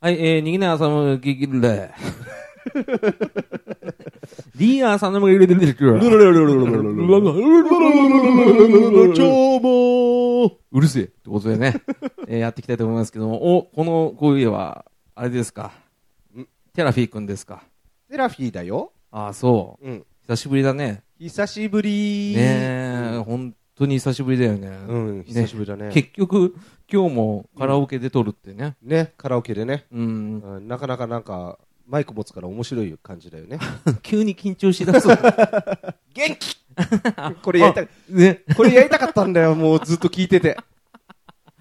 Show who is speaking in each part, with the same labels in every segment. Speaker 1: はい、えー、逃げない朝のギギル レ。リーアーさんのも入れてるでしょ。
Speaker 2: 長毛
Speaker 1: うるせえってことで ね、えーやっていきたいと思いますけども、お、この声は、あれですか。テラフィー君ですか。
Speaker 2: テラフィーだよ。
Speaker 1: ああ、そう。
Speaker 2: うん。
Speaker 1: 久しぶりだね。
Speaker 2: 久しぶり。
Speaker 1: ねえ、本当に久しぶりだよね。
Speaker 2: うん、久しぶりだね。
Speaker 1: 結局、今日もカラオケで撮るってね。
Speaker 2: ね、カラオケでね。
Speaker 1: うん。
Speaker 2: うんなかなかなんか、マイク持つから面白い感じだよね。
Speaker 1: 急に緊張し だそう。
Speaker 2: 元気これやりたい。
Speaker 1: ね。
Speaker 2: これやりたかったんだよ、もうずっと聞いてて。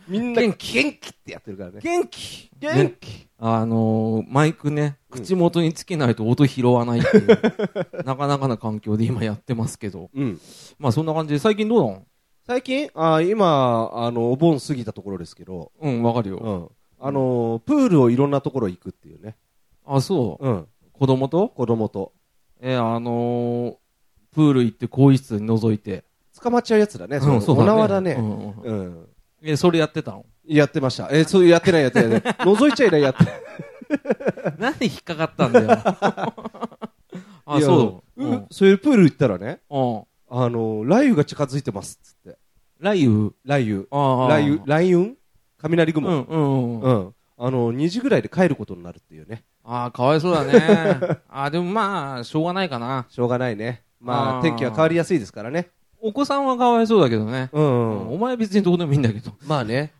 Speaker 2: みんな元気元気ってやってるからね。
Speaker 1: 元気
Speaker 2: 元気
Speaker 1: あのーマイクね、
Speaker 2: うん
Speaker 1: 口元につけないと音拾わない っていう、なかなかな環境で今やってますけど。
Speaker 2: うん。
Speaker 1: まあそんな感じで、最近どうなの
Speaker 2: 最近、あ今、あの、お盆過ぎたところですけど、
Speaker 1: うん、わかるよ。
Speaker 2: うん。あの、プールをいろんなところ行くっていうね。
Speaker 1: あ、そう。
Speaker 2: うん。
Speaker 1: 子供と
Speaker 2: 子供と。
Speaker 1: えーあのープール行って更衣室に覗いて。
Speaker 2: 捕まっちゃうやつだね。
Speaker 1: う
Speaker 2: の
Speaker 1: んそう
Speaker 2: お縄だ
Speaker 1: う
Speaker 2: ね。
Speaker 1: んうん
Speaker 2: うん。
Speaker 1: え、それやってた の
Speaker 2: やってました。え、そうやってないやって ない。覗いちゃいないやって。
Speaker 1: なんで引っかかったん だよ。あ、
Speaker 2: いや
Speaker 1: そう。うん。う
Speaker 2: うそういうプール行ったらね、
Speaker 1: ん。
Speaker 2: あの、雷雨が近づいてますっつって。
Speaker 1: 雷雨
Speaker 2: 雷雨。
Speaker 1: ああ。
Speaker 2: 雷雨、雷雲雷
Speaker 1: う
Speaker 2: 雲。
Speaker 1: んうん
Speaker 2: う
Speaker 1: うん。
Speaker 2: ん。あの、2時ぐらいで帰ることになるっていうね。
Speaker 1: ああ、かわいそうだ ね。ああ、でもまあ、しょうがないかな。
Speaker 2: しょうがないね。まあ、
Speaker 1: あー
Speaker 2: 天気は変わりやすいですからね。
Speaker 1: お子さんはかわいそうだけどね。
Speaker 2: う
Speaker 1: うんお
Speaker 2: ん。
Speaker 1: 前別にどうでもいいんだけど。
Speaker 2: まあね。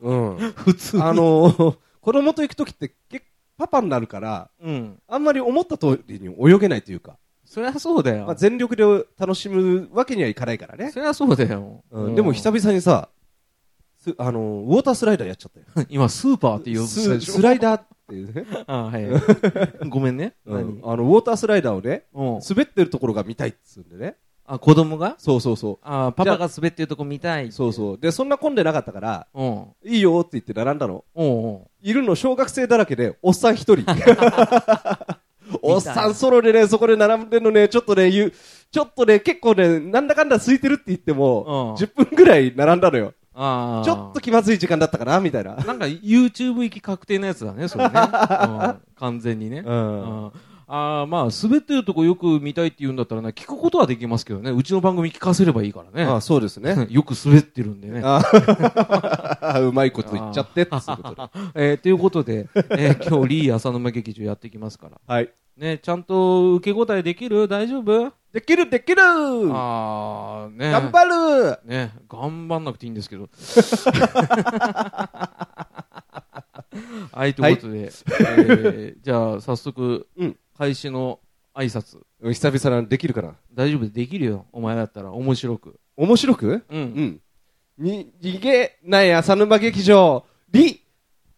Speaker 2: うん。
Speaker 1: 普通
Speaker 2: あの、 子供と行くときって、結構パパになるから、
Speaker 1: うん。
Speaker 2: あんまり思った通りに泳げないというか、
Speaker 1: そりゃそうだよ。
Speaker 2: まあ、全力で楽しむわけにはいかないからね。
Speaker 1: そりゃそうだよ。
Speaker 2: うん、でも久々にさ、すあの、ウォータースライダーやっちゃったよ。
Speaker 1: 々。今、スーパーって呼ぶ
Speaker 2: ススライダーっていうね。
Speaker 1: ああはい。ごめんね。
Speaker 2: うん
Speaker 1: 何
Speaker 2: あの、ウォータースライダーをね、
Speaker 1: うん。
Speaker 2: 滑ってるところが見たいっつうんでね。
Speaker 1: あ、子供が
Speaker 2: そうそうそ
Speaker 1: ああ、パパが滑ってるとこ見た
Speaker 2: う。
Speaker 1: い。
Speaker 2: そうそう。で、そんな混んでなかったから、
Speaker 1: う。うん。お
Speaker 2: いいよって言って並んだの。
Speaker 1: うお
Speaker 2: いるの小学生だらけで、おっさん 一人。おっさんソロでね、そこで並んでるのね、ちょっとね、言う、ちょっとね、結構ね、なんだかんだ空いてるって言っても、
Speaker 1: うん
Speaker 2: 10分ぐらい並んだのよ。
Speaker 1: う。ああ。
Speaker 2: ちょっと。気まずい時間だったかな、みたいな。
Speaker 1: なんか、YouTube 行き確定のやつだね、それね。 うん完全にね。
Speaker 2: うん
Speaker 1: ああー、まあ、滑ってるとこよく見たいって言うんだったらね、聞くことはできますけどね。うちの番組聞かせればいいからね。
Speaker 2: あそうですね。
Speaker 1: よく滑ってるんでね。
Speaker 2: あうまいこと言っちゃって、っていうことで。
Speaker 1: えー、ということで、えー、今日リー浅沼劇場やってきますから。
Speaker 2: はい。
Speaker 1: ね、ちゃんと受け答えできる大丈夫、
Speaker 2: できる、できる頑
Speaker 1: あー、ね。
Speaker 2: 張る
Speaker 1: ね、頑張んなくていいんですけど。 はい、ということで、えーじゃあ早速、
Speaker 2: うん
Speaker 1: 開始の挨拶。
Speaker 2: うん久々なんできるかな。
Speaker 1: 大丈夫できるよ、お前だったら。面白く。
Speaker 2: 面白く
Speaker 1: うん。
Speaker 2: うん。に、逃げない浅沼劇場、リ、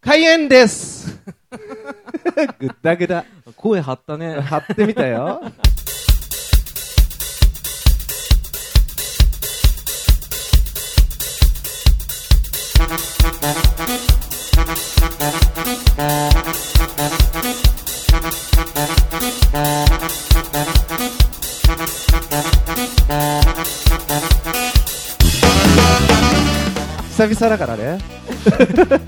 Speaker 2: 開演です ぐだぐだ。
Speaker 1: 声張った ね。
Speaker 2: 貼ってみたよ。久々だからね。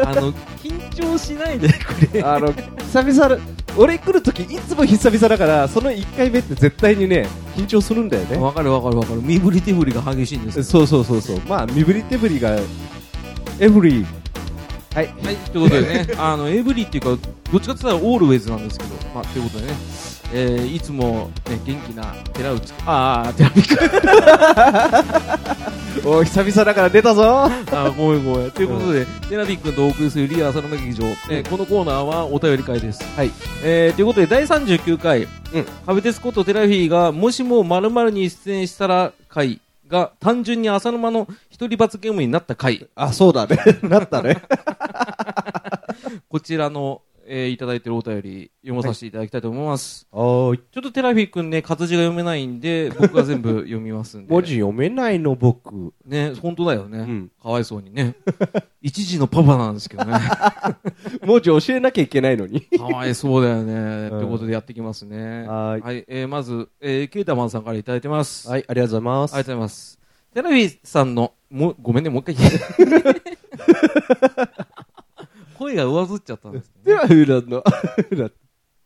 Speaker 1: あの、緊張しないでく れ。
Speaker 2: あの、久々、俺来るときいつも久々だから、その1回目って絶対にね、緊張するんだよね。
Speaker 1: わかるわかるわかる。身振り手振りが激しいんですけど
Speaker 2: そうそうそうそう。まあ、身振り手振りが、エブリはい。
Speaker 1: はい、ということでね、 あのエブリっていうか、どっちかって言ったらオールウェイズなんですけど、まあ、ということでね、えーいつも、ね、元気な寺内くん、あーあー、寺内くん、
Speaker 2: おい、久々だから出たぞ
Speaker 1: あーごめんごめん。ということで、寺内くんとお送りするリア浅沼劇場、えーこのコーナーはお便り会です。
Speaker 2: はい。
Speaker 1: えーということで、第39回、
Speaker 2: うん
Speaker 1: カベテスこと寺内が、もしも〇〇に出演したら会が、単純に浅沼の一人罰ゲームになった回、
Speaker 2: あ、そうだね。 なったね。
Speaker 1: こちらの、えーいただいてるお便り、読まさせていただきたいと思います。
Speaker 2: おーい。
Speaker 1: ちょっとテラフィー君ね、活字が読めないん で、僕が全部読みますんで。
Speaker 2: 文字読めないの、僕。
Speaker 1: ね、本当だよね。
Speaker 2: ん。
Speaker 1: かわいそうに ね。一時のパパなんですけどね。
Speaker 2: 文字教えなきゃいけないのに。
Speaker 1: かわいそうだよね。
Speaker 2: うん
Speaker 1: ってことでやってきますね。
Speaker 2: はーい
Speaker 1: えーまず、えーケータマンさんからいただいてます。
Speaker 2: はい、ありがとうございま
Speaker 1: ありがとうございます。テ ラフィーさんの、も、ごめんね、もう一回言え。声が上ずっちゃったんです、
Speaker 2: で
Speaker 1: ね。
Speaker 2: は、ウラの、ウラ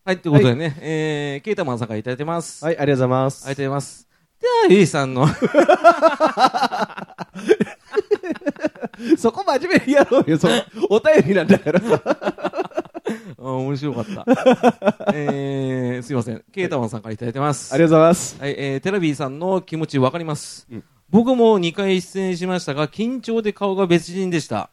Speaker 1: はい、ってことでね、えー、ケータマンさんからいただいてます。
Speaker 2: はい、ありがとうございます。
Speaker 1: ありがとうございます。では、A さんの、
Speaker 2: そこ真面目にやろうよ、そのお便りなんだからさ。
Speaker 1: あ面白かった。えー、すいません。ケータマンさんからいただいてます。
Speaker 2: ありがとうございます。
Speaker 1: はい、えー、テラビーさんの気持ちわかります、
Speaker 2: うん
Speaker 1: 僕も2回出演しましたが、緊張で顔が別人でした。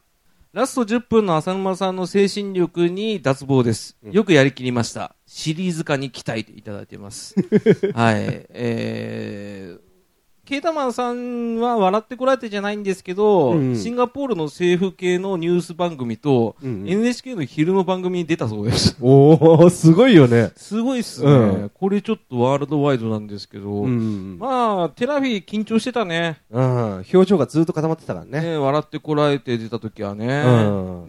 Speaker 1: ラスト10分の浅沼さんの精神力に脱帽です。
Speaker 2: うん
Speaker 1: よくやりきりました。シリーズ化に期待いただいてます。 はい、えー、ケータマンさんは笑ってこられてじゃないんですけど、
Speaker 2: うん
Speaker 1: シンガポールの政府系のニュース番組と、
Speaker 2: うんうん
Speaker 1: NHK の昼の番組に出たそうです。
Speaker 2: おお、すごいよね。
Speaker 1: すごいっすね、
Speaker 2: うん
Speaker 1: これちょっとワールドワイドなんですけど、
Speaker 2: んま
Speaker 1: まあ、テラフィー緊張してたね。
Speaker 2: うん、表情がずっと固まってたからね。
Speaker 1: ね、笑ってこらえて出た時はね。
Speaker 2: う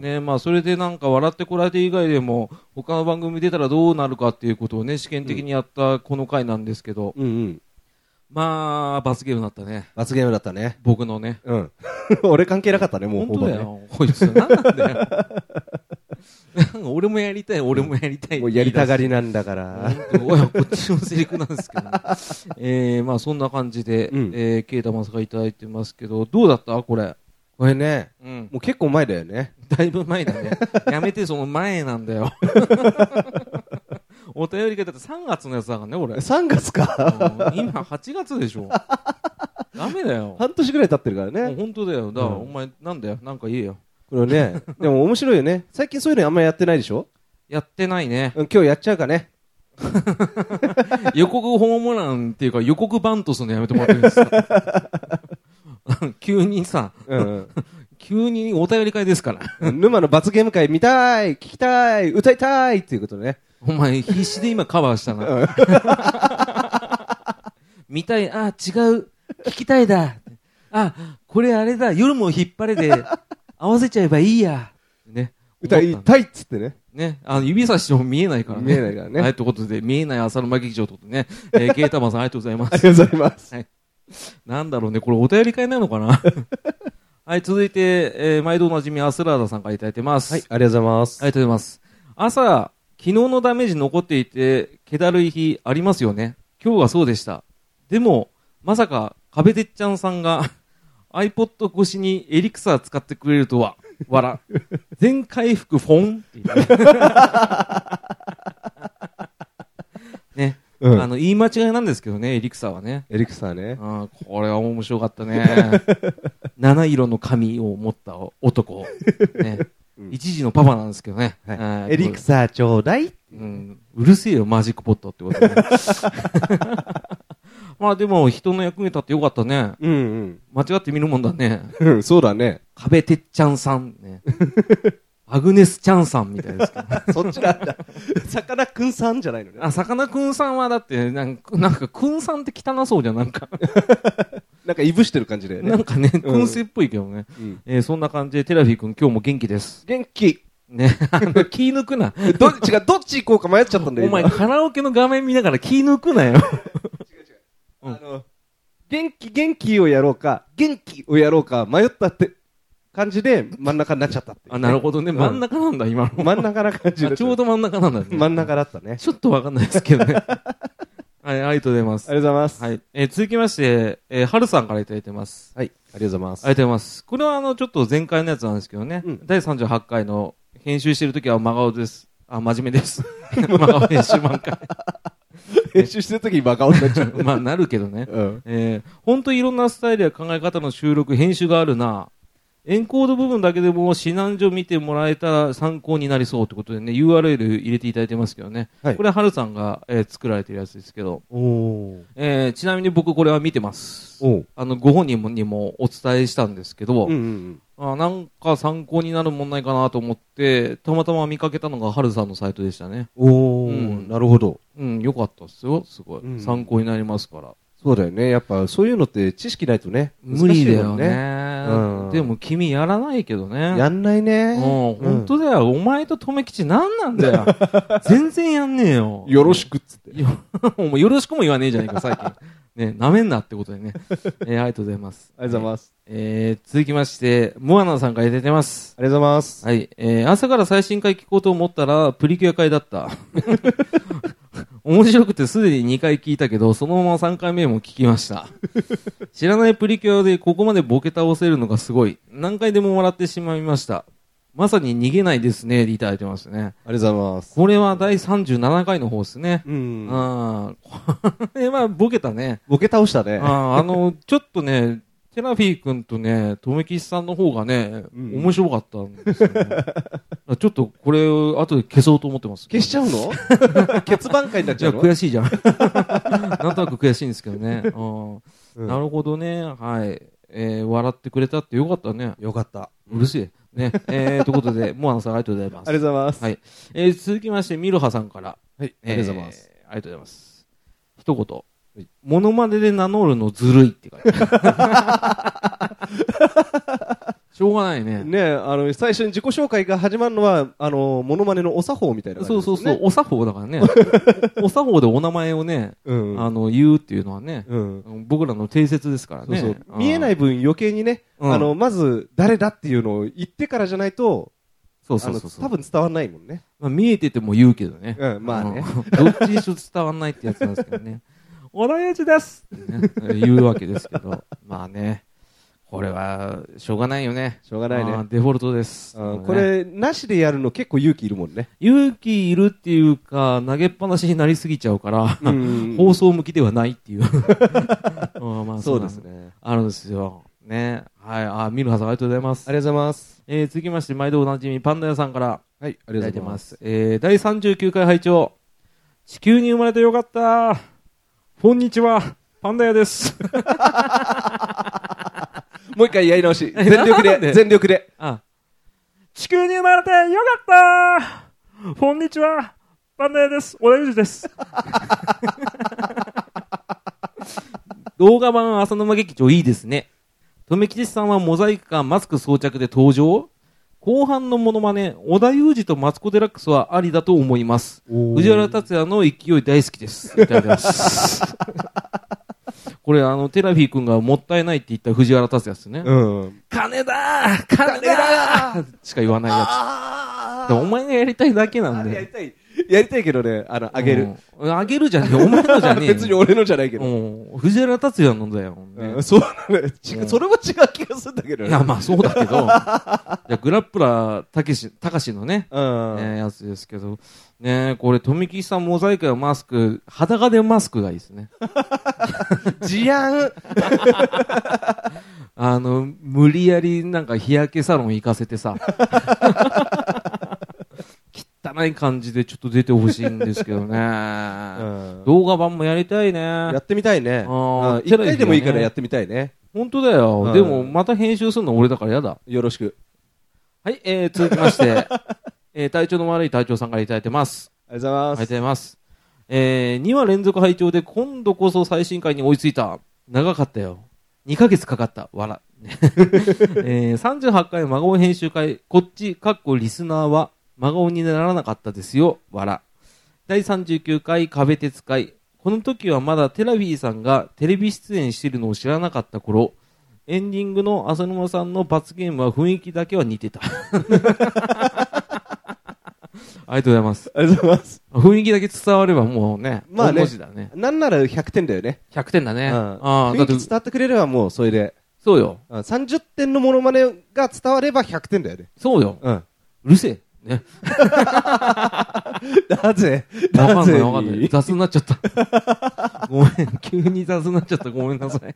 Speaker 2: ん
Speaker 1: ね、まあ、それでなんか、笑ってこらえて以外でも、他の番組出たらどうなるかっていうことをね、試験的にやったこの回なんですけど、
Speaker 2: うんうん。
Speaker 1: まあ、罰ゲームだったね。
Speaker 2: 罰ゲームだったね。
Speaker 1: 僕のね。
Speaker 2: うん。俺関係なかったね、もう
Speaker 1: 本
Speaker 2: ほ
Speaker 1: 当
Speaker 2: ぼ
Speaker 1: だ
Speaker 2: ね。
Speaker 1: よ。こいつ、なんなんだよ。なんか俺もやりたい、俺もやりたいって言い出して。
Speaker 2: もうやりたがりなんだから。
Speaker 1: 本当おやこっちのセリフなんですけど、ね、 えー、まあそんな感じで、
Speaker 2: うん
Speaker 1: えー、ケイタマスがいただいてますけど、どうだったこれ。
Speaker 2: これね、
Speaker 1: うん。
Speaker 2: もう結構前だよね。
Speaker 1: だいぶ前だね。 やめて、その前なんだよ。 お便りがだって3月のやつだからね、俺。 うん
Speaker 2: 3月か。
Speaker 1: 今8月でしょ。ダメだよ。
Speaker 2: 半年ぐらい経ってるから
Speaker 1: もう
Speaker 2: ね。
Speaker 1: 本当だよ。だから、
Speaker 2: うん
Speaker 1: お前、なんだよ。なんか言えよ。
Speaker 2: これね。でも面白いよね。最近そういうのあんまりやってないでしょ
Speaker 1: やってないね。
Speaker 2: うん今日やっちゃうかね。
Speaker 1: 予告ホームランっていうか、予告バントするのやめてもらっていいですか 急にさ、
Speaker 2: うん
Speaker 1: 急にお便り会ですから。
Speaker 2: うん。沼の罰ゲーム会見たい、聞きたい、歌いたいっていうことでね。
Speaker 1: お前、必死で今カバーしたな。 見たい、あ、違う、聞きたいだ。あ、これあれだ、夜も引っ張れで、合わせちゃえばいいや。ね。
Speaker 2: 歌
Speaker 1: 思
Speaker 2: い
Speaker 1: った
Speaker 2: たいっつってね。
Speaker 1: ね。あの、指差しても見えないからね。
Speaker 2: 見えないからね
Speaker 1: はい、ということで、見えない浅沼劇場ということでね、え ー、ケイタマンさんありがとうございま
Speaker 2: あり
Speaker 1: す。
Speaker 2: がとうございます。
Speaker 1: なんだろうね、これお便り会なのかな はい、続いて、えー毎度おなじみアスラーダさんからいただいてます。
Speaker 2: はい、ありがとうございます。
Speaker 1: ありがとうございます。朝、昨日のダメージ残っていて、気だるい日ありますよね。今日はそうでした。でも、まさか、壁てっちゃんさんが iPod 越しにエリクサー使ってくれるとは、わ ら。全回復フォンって言ってね。
Speaker 2: うん
Speaker 1: あの、言い間違いなんですけどね、エリクサーはね。
Speaker 2: エリクサーね。
Speaker 1: うん、これは面白かった ね。七色の髪を持った男。ね
Speaker 2: うん
Speaker 1: 一時のパパなんですけどね。
Speaker 2: は
Speaker 1: うん
Speaker 2: い、エリクサーちょうだい。
Speaker 1: うん、うるせえよ、マジックポットってことね。 まあでも、人の役に立ってよかったね。
Speaker 2: うん
Speaker 1: 間違って見るもんだね。
Speaker 2: うん。そうだね。
Speaker 1: 壁てっちゃんさん。ね、アグネスちゃんさんみたいですけど。
Speaker 2: そっちなんだ。さかなクンさんじゃないのね。
Speaker 1: あ、さかなクンさんはだって、なんか、なんかクンさんって汚そうじゃん。なんか、
Speaker 2: なんかいぶしてる感じだよ
Speaker 1: なん
Speaker 2: ね。
Speaker 1: かね、燻製っぽいけどね。
Speaker 2: うん
Speaker 1: えーそんな感じで、テラフィー君今日も元気です。
Speaker 2: 元気。
Speaker 1: ね、 あの、気抜くな。
Speaker 2: どっちがどっち行こうか迷っちゃったんだよ。
Speaker 1: お前、
Speaker 2: 今
Speaker 1: カラオケの画面見ながら気抜くなよ。うん
Speaker 2: あの、元気元気をやろうか、元気をやろうか迷ったって感じで真ん中になっちゃったっていうね
Speaker 1: あ、なるほどね。
Speaker 2: うん
Speaker 1: 真ん中なんだ、今の。
Speaker 2: 真ん中な感じ
Speaker 1: あ
Speaker 2: で。
Speaker 1: ちょうど真ん中なんだね。
Speaker 2: 真ん中だったね。あり
Speaker 1: ちょっとわかんないですけどね。 はい、ありがとうございます
Speaker 2: がと。うございます。
Speaker 1: はい。えー続きまして、えー、はるさんからいただいてます。
Speaker 2: はい。ありがとうございます
Speaker 1: ありがとうございます。これはあの、ちょっと前回のやつなんですけどね。
Speaker 2: うん
Speaker 1: 第38回の編集してるときは真顔です。あ、真面目です。 真顔編集満開。
Speaker 2: 練習してる時にバカになっちゃ う。
Speaker 1: まあ、なるけどね。
Speaker 2: うん。
Speaker 1: えー、ほんといろんなスタイルや考え方の収録、編集があるな。エンコード部分だけでも指南所見てもらえたら参考になりそうってことでね、URL 入れていただいてますけどね。
Speaker 2: はい
Speaker 1: これはるさんが、えー作られてるやつですけど、
Speaker 2: おお。
Speaker 1: えーちなみに僕これは見てます。
Speaker 2: おう。
Speaker 1: あの、ご本人もにもお伝えしたんですけど、
Speaker 2: うんうん
Speaker 1: あなんか参考になるもんないかなと思って、たまたま見かけたのがはるさんのサイトでしたね。
Speaker 2: うん。おお、
Speaker 1: うん
Speaker 2: なるほど。
Speaker 1: うん、よかったっすよ、すごい。
Speaker 2: うん
Speaker 1: 参考になりますから。
Speaker 2: そうだよね。やっぱそういうのって知識ないとね。
Speaker 1: 無理だよ
Speaker 2: 難しいもん
Speaker 1: ね。
Speaker 2: うん
Speaker 1: でも君やらないけどね。
Speaker 2: やんないね。
Speaker 1: うん、本当だよ。お前と留吉何なんだ よ。全然やんねえよ。
Speaker 2: よろしくっつって。
Speaker 1: よ もうよろしくも言わねえじゃねえか、最 近。ね、舐めんなってことでね。えーありがとうございます。
Speaker 2: ありがとうございます。
Speaker 1: えー続きまして、モアナさんからいただいてます。
Speaker 2: ありがとうございます。
Speaker 1: はい。えー朝から最新回聞こうと思ったら、プリキュア会だった。 面白くてすでに2回聞いたけど、そのまま3回目も聞きました。知らないプリキュアでここまでボケ倒せるのがすごい。何回でも笑ってしまいました。まさに逃げないですね、でいただいてますね。
Speaker 2: ありがとうございます。
Speaker 1: これは第37回の方ですね。
Speaker 2: うん。
Speaker 1: ああ、これはボケたね。
Speaker 2: ボケ倒したね。
Speaker 1: あーあの、ちょっとね、テラフィー君とね、とめきしさんの方がね、
Speaker 2: うん
Speaker 1: 面白かったんですよ、ね。だ からちょっとこれを後で消そうと思ってます。
Speaker 2: 消しちゃ うの欠番会になっ
Speaker 1: い
Speaker 2: ちゃ
Speaker 1: や、
Speaker 2: うの
Speaker 1: 悔しい じゃん。なんとなく悔しいんですけどね。う、
Speaker 2: うんん
Speaker 1: なるほどね。はい。えー、笑ってくれたってよかったね。
Speaker 2: よかった。あ
Speaker 1: うるせえ。ね。えー、ということで、モアナさんありがとうございます。
Speaker 2: りがとうございます。
Speaker 1: はい。えー続きまして、ミルハさんから。
Speaker 2: はい。あ
Speaker 1: えー
Speaker 2: りがとうございます。。
Speaker 1: ありがとうございます。一言。モノマネで名乗るのずるいって書いてある。 しょうがないね。
Speaker 2: ねえあの、最初に自己紹介が始まるのは、あの、モノマネのお作法みたいな
Speaker 1: そ
Speaker 2: 感
Speaker 1: う
Speaker 2: じ
Speaker 1: そう
Speaker 2: です
Speaker 1: そう、
Speaker 2: ね。
Speaker 1: お作法だから ね。おお作法でお名前をね、
Speaker 2: うん。
Speaker 1: あの、言うっていうのはね、
Speaker 2: うん。
Speaker 1: 僕らの定説ですから
Speaker 2: そう
Speaker 1: ね。。
Speaker 2: そう。見えないい分余計にね、
Speaker 1: うん
Speaker 2: あの、まず、誰だっていうのを言ってからじゃないと、
Speaker 1: そう
Speaker 2: あ
Speaker 1: そう
Speaker 2: の、
Speaker 1: そうそう。
Speaker 2: 多分伝わんないもんね。
Speaker 1: まあ、見えてても言うけどね。
Speaker 2: うんまあね
Speaker 1: うん。どっちにしろ伝わんないってやつなんですけど ね。おらやじですってね言うわけですけど。まあね。これは、しょうがないよね。
Speaker 2: しょうがないね
Speaker 1: あーデフォルトです。
Speaker 2: うん
Speaker 1: ね
Speaker 2: こ、れ、なしでやるの結構勇気いるもんね。
Speaker 1: 勇気いるっていうか、投げっぱなしになりすぎちゃうから、
Speaker 2: ん
Speaker 1: 放送向きではないって いう。うんまあ
Speaker 2: そうです。ね。
Speaker 1: あるんですよ。ね。はい。あ、ミルハさんありがとうございます
Speaker 2: あ。りがとうございます。
Speaker 1: えー続きまして、毎度おなじみ、パンダ屋さんから。
Speaker 2: はい、あ
Speaker 1: ありがとうございま。す。えー、第39回拝聴地球に生まれてよかったこんにちはパンダ屋です。
Speaker 2: もう一回やり 直し。全力
Speaker 1: なんで
Speaker 2: で、全力で。
Speaker 1: あ地球に生まれてよかったこんにちはパンダ屋です小田裕二です。 動画版浅沼劇場いいですね。留吉さんはモザイクかマスク装着で登場後半のモノマネ、小田裕二とマツコ・デラックスはありだと思います。藤原竜也の勢い大好きです。いただき ます。これ、あの、テラフィー君がもったいないって言った藤原竜也ですね。
Speaker 2: うん。
Speaker 1: 金だー金
Speaker 2: 金
Speaker 1: だ
Speaker 2: だ
Speaker 1: ーしか言わないや
Speaker 2: あ
Speaker 1: つ。でお前がやりたいだけなん
Speaker 2: やり
Speaker 1: で。
Speaker 2: たい。やりたいけどね、あの、あげる。
Speaker 1: うん。あげるじゃねえ。お前のじゃねえよ。
Speaker 2: 別に俺のじゃないけど。
Speaker 1: うん。藤原竜也のだよ。ね
Speaker 2: うんそうなのよち
Speaker 1: うん
Speaker 2: それも違う気がするんだけど
Speaker 1: い
Speaker 2: ね。
Speaker 1: や、まあそうだけど。いや、グラップラー、たけし、たかしのね、
Speaker 2: うん。
Speaker 1: ね、やつですけど、ね、これ、富木さん、モザイクやマスク、裸でマスクがいいです ね。
Speaker 2: 事 案
Speaker 1: あの、無理やりなんか日焼けサロン行かせて さ、汚い感じでちょっと出てほしいんですけどね。動画版もやりたいね
Speaker 2: や。ってみたいね。
Speaker 1: あー
Speaker 2: うん一回でもいいからやってみたいね。
Speaker 1: 本当だよ。
Speaker 2: うん
Speaker 1: でも、また編集するの俺だからやだ。
Speaker 2: よろしく。
Speaker 1: はい、えー、続きま して、えー、体調の悪い隊長さんからいただいてます。
Speaker 2: ありがとうご
Speaker 1: あり
Speaker 2: ざ
Speaker 1: がとう
Speaker 2: い
Speaker 1: ございます。えー、2話連続拝聴で今度こそ最新回に追いついた。長かったよ。2ヶ月かかった。笑。 えー、38回孫編集会、こっち、かっこリスナーは、孫にならなかったですよ。笑。第39回壁鉄会。この時はまだテラフィーさんがテレビ出演しているのを知らなかった頃、エンディングの浅沼さんの罰ゲームは雰囲気だけは似てた。 ありがとうございます。
Speaker 2: ます。ありがとうございます。
Speaker 1: 雰囲気だけ伝わればもうね、
Speaker 2: まあね
Speaker 1: 大文字だね。
Speaker 2: なんなら100点だよね。
Speaker 1: 100点だね。
Speaker 2: うん
Speaker 1: ああ、だっ
Speaker 2: 雰囲
Speaker 1: て
Speaker 2: 気、伝わってくれればもうそれで。
Speaker 1: そうよ。
Speaker 2: うん30点のモノマネが伝われば100点だよね。
Speaker 1: そうよ。
Speaker 2: うん。
Speaker 1: うるせえ。ね。
Speaker 2: な
Speaker 1: わ
Speaker 2: ぜ
Speaker 1: か
Speaker 2: なん
Speaker 1: な
Speaker 2: ぜ
Speaker 1: いわかんない。
Speaker 2: に
Speaker 1: 雑になっちゃ った。ごめん。急に雑になっちゃった。ごめんなさい。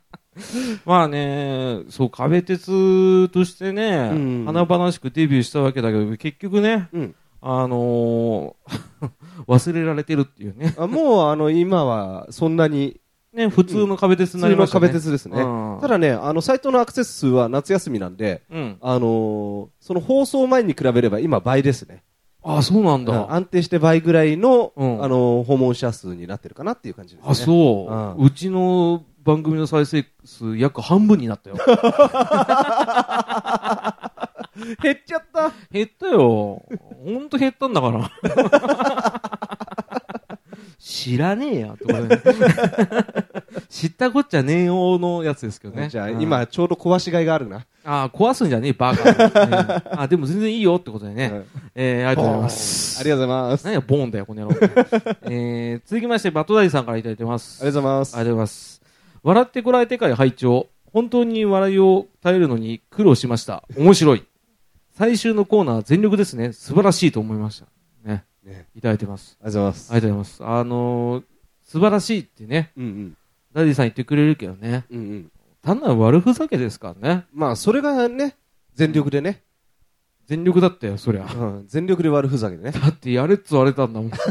Speaker 1: まあね、そう、壁鉄としてね、
Speaker 2: うん
Speaker 1: 華々しくデビューしたわけだけど、結局ね、
Speaker 2: うん。
Speaker 1: あのー 忘れられてるっていうね。
Speaker 2: あもう、あの、今は、そんなに、
Speaker 1: ね、普通の壁鉄
Speaker 2: 普
Speaker 1: にな
Speaker 2: 通
Speaker 1: りま
Speaker 2: の
Speaker 1: したね。
Speaker 2: 壁鉄ですね。
Speaker 1: うん
Speaker 2: ただね、あの、サイトのアクセス数は夏休みなんで、
Speaker 1: うん。
Speaker 2: あのーその放送前に比べれば今倍ですね。
Speaker 1: ああ、そうなんだ。
Speaker 2: 安定して倍ぐらいの、
Speaker 1: うん
Speaker 2: あの訪問者数になってるかなっていう感じですね。
Speaker 1: あ、そうう。うちの番組の再生数約半分になった よ。
Speaker 2: 減っちゃった。
Speaker 1: 減ったよ。ほんと減ったんだから。知らねえや、ってことで 知ったこっちゃねえよのやつですけどね。
Speaker 2: じゃあ、
Speaker 1: うん
Speaker 2: 今ちょうど壊しがいがあるな。
Speaker 1: ああ、壊すんじゃねえ、バ カ。うんあでも全然いいよってことでね。
Speaker 2: うん
Speaker 1: えー、ありがとうございます。
Speaker 2: ありがとうございます。あ
Speaker 1: 何や、ボーンだよ、この野郎。 えー、続きまして、バトダイさんからいただいてます。
Speaker 2: りがとうございま
Speaker 1: あ
Speaker 2: す。
Speaker 1: りがとうございます。笑ってこられてから拝聴。本当に笑いを耐えるのに苦労しました。面白い。最終のコーナー全力ですね。素晴らしいと思いました。ね。
Speaker 2: ね
Speaker 1: いただいてます。
Speaker 2: ありがとうございます。
Speaker 1: ありがとうございます。あのー、素晴らしいってね、
Speaker 2: うんうん。
Speaker 1: ダディさん言ってくれるけどね。
Speaker 2: うんうん。
Speaker 1: 単なる悪ふざけですからね。
Speaker 2: まあ、それがね、全力でね、
Speaker 1: 全力だったよ、そりゃ。
Speaker 2: うん、全力で悪ふざけでね。
Speaker 1: だってやれっつ言われたんだもん。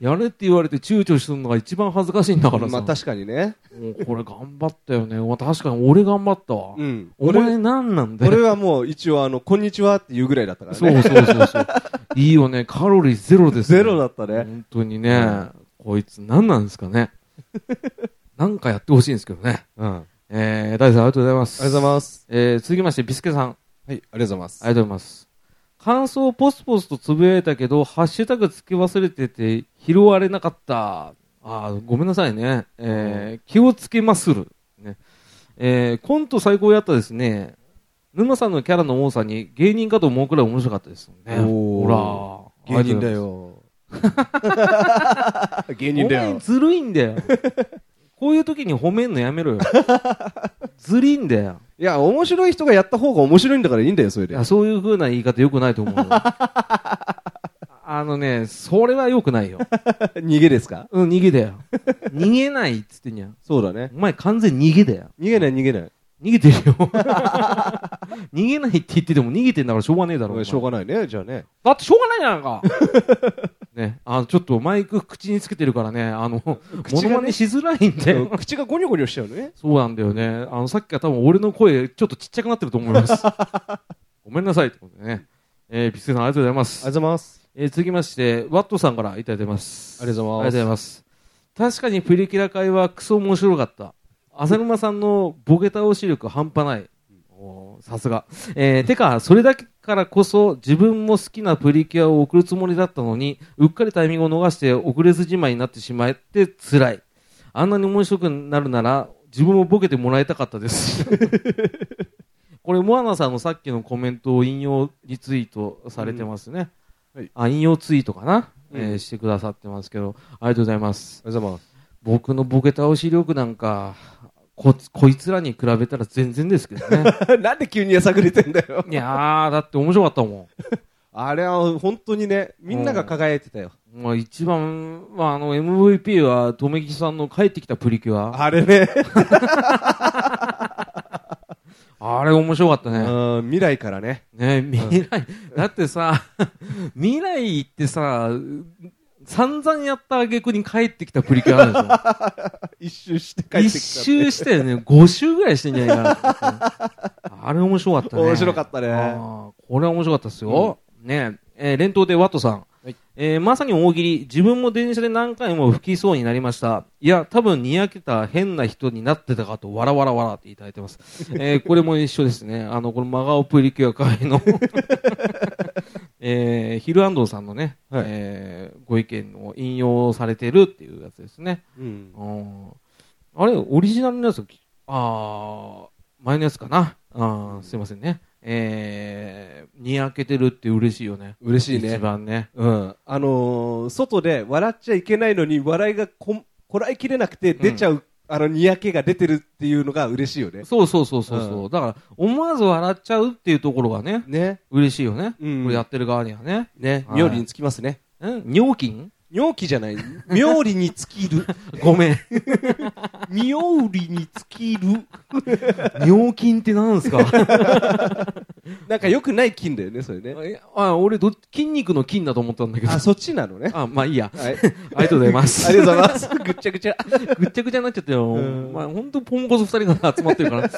Speaker 1: やれって言われて躊躇するのが一番恥ずかしいんだから
Speaker 2: ま
Speaker 1: さ。
Speaker 2: あ、確かにね。
Speaker 1: もうこれ頑張ったよね。まあ確かに俺頑張ったわ。
Speaker 2: うん。
Speaker 1: お
Speaker 2: 俺
Speaker 1: 前何なんだよ。
Speaker 2: 俺はもう一応、あの、こんにちはっていうぐらいだったから
Speaker 1: そ
Speaker 2: ね。
Speaker 1: うそうそうそう。いいよね。カロリーゼロです、ね。
Speaker 2: ゼロだったね。
Speaker 1: 本当にね。こいつ何なんですか ね。なんかやってほしいんですけどね。
Speaker 2: うん。あ
Speaker 1: えー、大地さんありがとうございます。
Speaker 2: りがとうございます。
Speaker 1: えー、続きまして、ビスケさん。
Speaker 2: はい、ありがとうございます
Speaker 1: あ。りがとうございます。感想をポスポスとつぶやいたけど、ハッシュタグつけ忘れてて拾われなかった。あーごめんなさいね。えー気をつけまする。ね。えーコント最高やったですね。沼さんのキャラの多さに芸人かと思うくらい面白かったですね。
Speaker 2: おー
Speaker 1: ほら。
Speaker 2: 芸人だ。よ。 芸
Speaker 1: お
Speaker 2: 人だ
Speaker 1: 前
Speaker 2: よ。
Speaker 1: ずるいんだよ。 こういう時に褒めんのやめろよ。ずるいんだよ。
Speaker 2: いや、面白い人がやった方が面白いんだからいいんだよ、それ
Speaker 1: い
Speaker 2: で
Speaker 1: や、。そういう風な言い方良くないと 思うよ。あのね、それは良くないよ。
Speaker 2: 逃げですか
Speaker 1: うん、逃げだよ。逃げないっつってんじゃん。
Speaker 2: そうだね。
Speaker 1: お前完全に逃げだよ。
Speaker 2: 逃げない、逃げない。
Speaker 1: 逃げてる よ。逃げないって言ってても逃げてんだからしょうがねえだろ。お前
Speaker 2: しょうがないね、じゃあね。
Speaker 1: だってしょうがないじゃないか。 ね、あの、ちょっとマイク口につけてるからね、あの、モ
Speaker 2: 口がね
Speaker 1: ノマネしづらいんだよ。
Speaker 2: 口がゴニョゴニョしちゃうのね。
Speaker 1: そうなんだよね。あの、さっきから多分俺の声ちょっとちっちゃくなってると思い ます。ごめんなさいってことでね。えー、ビスケさんありがとうございます
Speaker 2: あ。りがとうございます。
Speaker 1: えー続きまして、ワットさんからいただいてます。
Speaker 2: ありがとうござ
Speaker 1: あり
Speaker 2: います
Speaker 1: がとうございます。確かにプリキュラ会はクソ面白かった。浅沼さんのボケ倒し力半端ない。おーさすが。えーてか、それだけからこそ自分も好きなプリキュアを送るつもりだったのに、うっかりタイミングを逃して遅れずじまいになってしまって辛い。あんなに面白くなるなら、自分もボケてもらいたかった です。これ、モアナさんのさっきのコメントを引用リツイートされてますね。
Speaker 2: うんはい
Speaker 1: あ、引用ツイートかな、
Speaker 2: うん
Speaker 1: えーしてくださってますけど、ありがとうございます。
Speaker 2: ありがとうございます。
Speaker 1: 僕のボケ倒し力なんか、こ、こいつらに比べたら全然ですけどね。
Speaker 2: なんで急にやさぐれてんだよ。
Speaker 1: いやー、だって面白かったも
Speaker 2: あれは本当にね、みんなが輝いてたよ。
Speaker 1: ん。まあ一番、まああの MVP は、とめきさんの帰ってきたプリキュア。あ
Speaker 2: あれね、
Speaker 1: れ面白かったね。
Speaker 2: うん未来からね。
Speaker 1: ね未来、だってさ、未来行ってさ、散々やった挙句に帰ってきたプリキュアあるでしょ。
Speaker 2: 一周して帰ってきた。
Speaker 1: 一周したよね。5周ぐらいしてんじゃないかな。あれ面白かったね。
Speaker 2: 面白かったね
Speaker 1: あーこれは面白かったですよ。ねえ、えー連投でワトさん。えーまさに大喜利。自分も電車で何回も吹きそうになりました。いや、多分にやけた変な人になってたかと、わらわらわらっていただいてます。えーこれも一緒ですね。あの、この真顔プリキュア会の。 えー、ヒルアンドンさんのね、
Speaker 2: はい
Speaker 1: えーご意見を引用されてるっていうやつですね。
Speaker 2: うん
Speaker 1: うんあれ、オリジナルのやつきあー、前のやつかな。あーすいませんね。えー、にやけてるって嬉しいよね。
Speaker 2: 嬉しい
Speaker 1: 一
Speaker 2: ね。
Speaker 1: 番ね。
Speaker 2: うん。あのー、外で笑っちゃいけないのに、笑いがこ、こらえきれなくて出ちゃう、あの、にやけが出てるっていうのが嬉しいよね。
Speaker 1: そうそうそうそうそう。
Speaker 2: う
Speaker 1: だから、思わず笑っちゃうっていうところがね、
Speaker 2: ね。
Speaker 1: 嬉しいよね。
Speaker 2: うん
Speaker 1: これやってる側にはね。
Speaker 2: ね
Speaker 1: はい
Speaker 2: 妙利につきますね。
Speaker 1: ん尿菌
Speaker 2: 尿気じゃない。妙利に尽き る。
Speaker 1: ごめん。
Speaker 2: 妙利に尽きる。
Speaker 1: 尿菌ってなん ですか
Speaker 2: なんか良くない菌だよね、それね。
Speaker 1: あ、俺ど、筋肉の菌だと思ったんだけど。
Speaker 2: あ、そっちなのね。
Speaker 1: あ、まあいいや。
Speaker 2: は
Speaker 1: あ
Speaker 2: い。
Speaker 1: りがとうございます。
Speaker 2: ありがとうございます。ぐっちゃぐちゃ。
Speaker 1: ぐっちゃぐちゃになっちゃったよ。
Speaker 2: うん
Speaker 1: まあ、ほんとポンコツ二人が集まってる から。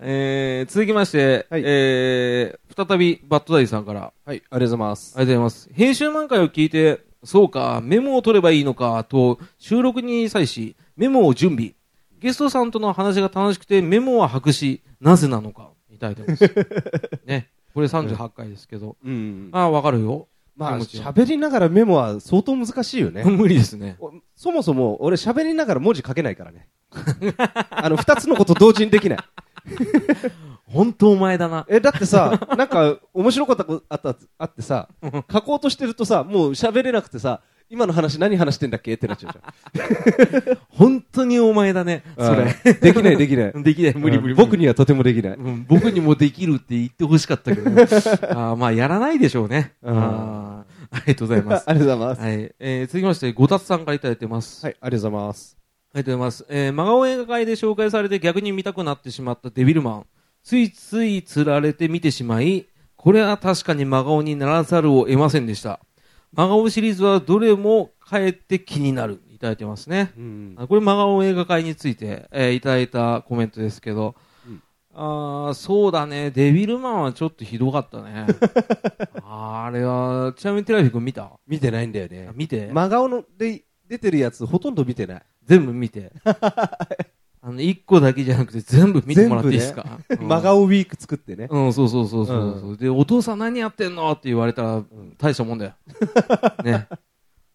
Speaker 1: えー、続きまして、
Speaker 2: はい
Speaker 1: えー、再びバッドダディさんから、あ
Speaker 2: はい、ありがとうございま
Speaker 1: り
Speaker 2: す。
Speaker 1: がとうございます。編集満開を聞いて、そうか、メモを取ればいいのか、と、収録に際し、メモを準備。ゲストさんとの話が楽しくて、メモは白紙。なぜなのか、いただいてます。 ね。これ38回ですけど。
Speaker 2: うん。
Speaker 1: ああ、わかるよ。
Speaker 2: まあ、
Speaker 1: 気持ちは
Speaker 2: 喋りながらメモは相当難しいよね。
Speaker 1: 無理ですね。
Speaker 2: おそもそも俺喋りながら文字書けないからね。 あの、二つのこと同時にできない。
Speaker 1: 本当お前だな。
Speaker 2: え、だってさ、なんか面白かったことあった、あってさ、書こうとしてるとさ、もう喋れなくてさ、今の話何話してんだっけってなっちゃうじゃん。
Speaker 1: 本当にお前だね。それ。
Speaker 2: れ。できないできない。
Speaker 1: で きない、無理無理。
Speaker 2: 僕にはとてもできない。
Speaker 1: うん僕にもできるって言ってほしかったけど、 ね、あーまあ、やらないでしょうね。
Speaker 2: うん
Speaker 1: あーありがとうございま す。
Speaker 2: ありがとうございます。
Speaker 1: はい。えー、続きまして、ごたつさんからいただいてます。
Speaker 2: はい、ありがとうございます。
Speaker 1: ありがとうございます。えー、真顔映画会で紹介されて逆に見たくなってしまったデビルマン。ついつい釣られて見てしまい、これは確かに真顔にならざるを得ませんでした。真顔シリーズはどれもかえって気になる。いただいてますね。
Speaker 2: うん。
Speaker 1: あこれ真顔映画会について、えーいただいたコメントですけど、
Speaker 2: うん
Speaker 1: あーそうだねデビルマンはちょっとひどかった ねあれはちなみにテラフィ君見た
Speaker 2: 見てないんだよね。
Speaker 1: 見て、
Speaker 2: 真顔ので出てるやつほとんど見てない。
Speaker 1: 全部見 てあの1個だけじゃなくて全部見てもらっていいですか、うん
Speaker 2: 真顔ウィーク作ってね。
Speaker 1: うん、そうそうそうそうそう、で、お父さん何やってんのって言われたら、大したもんだよ。ね。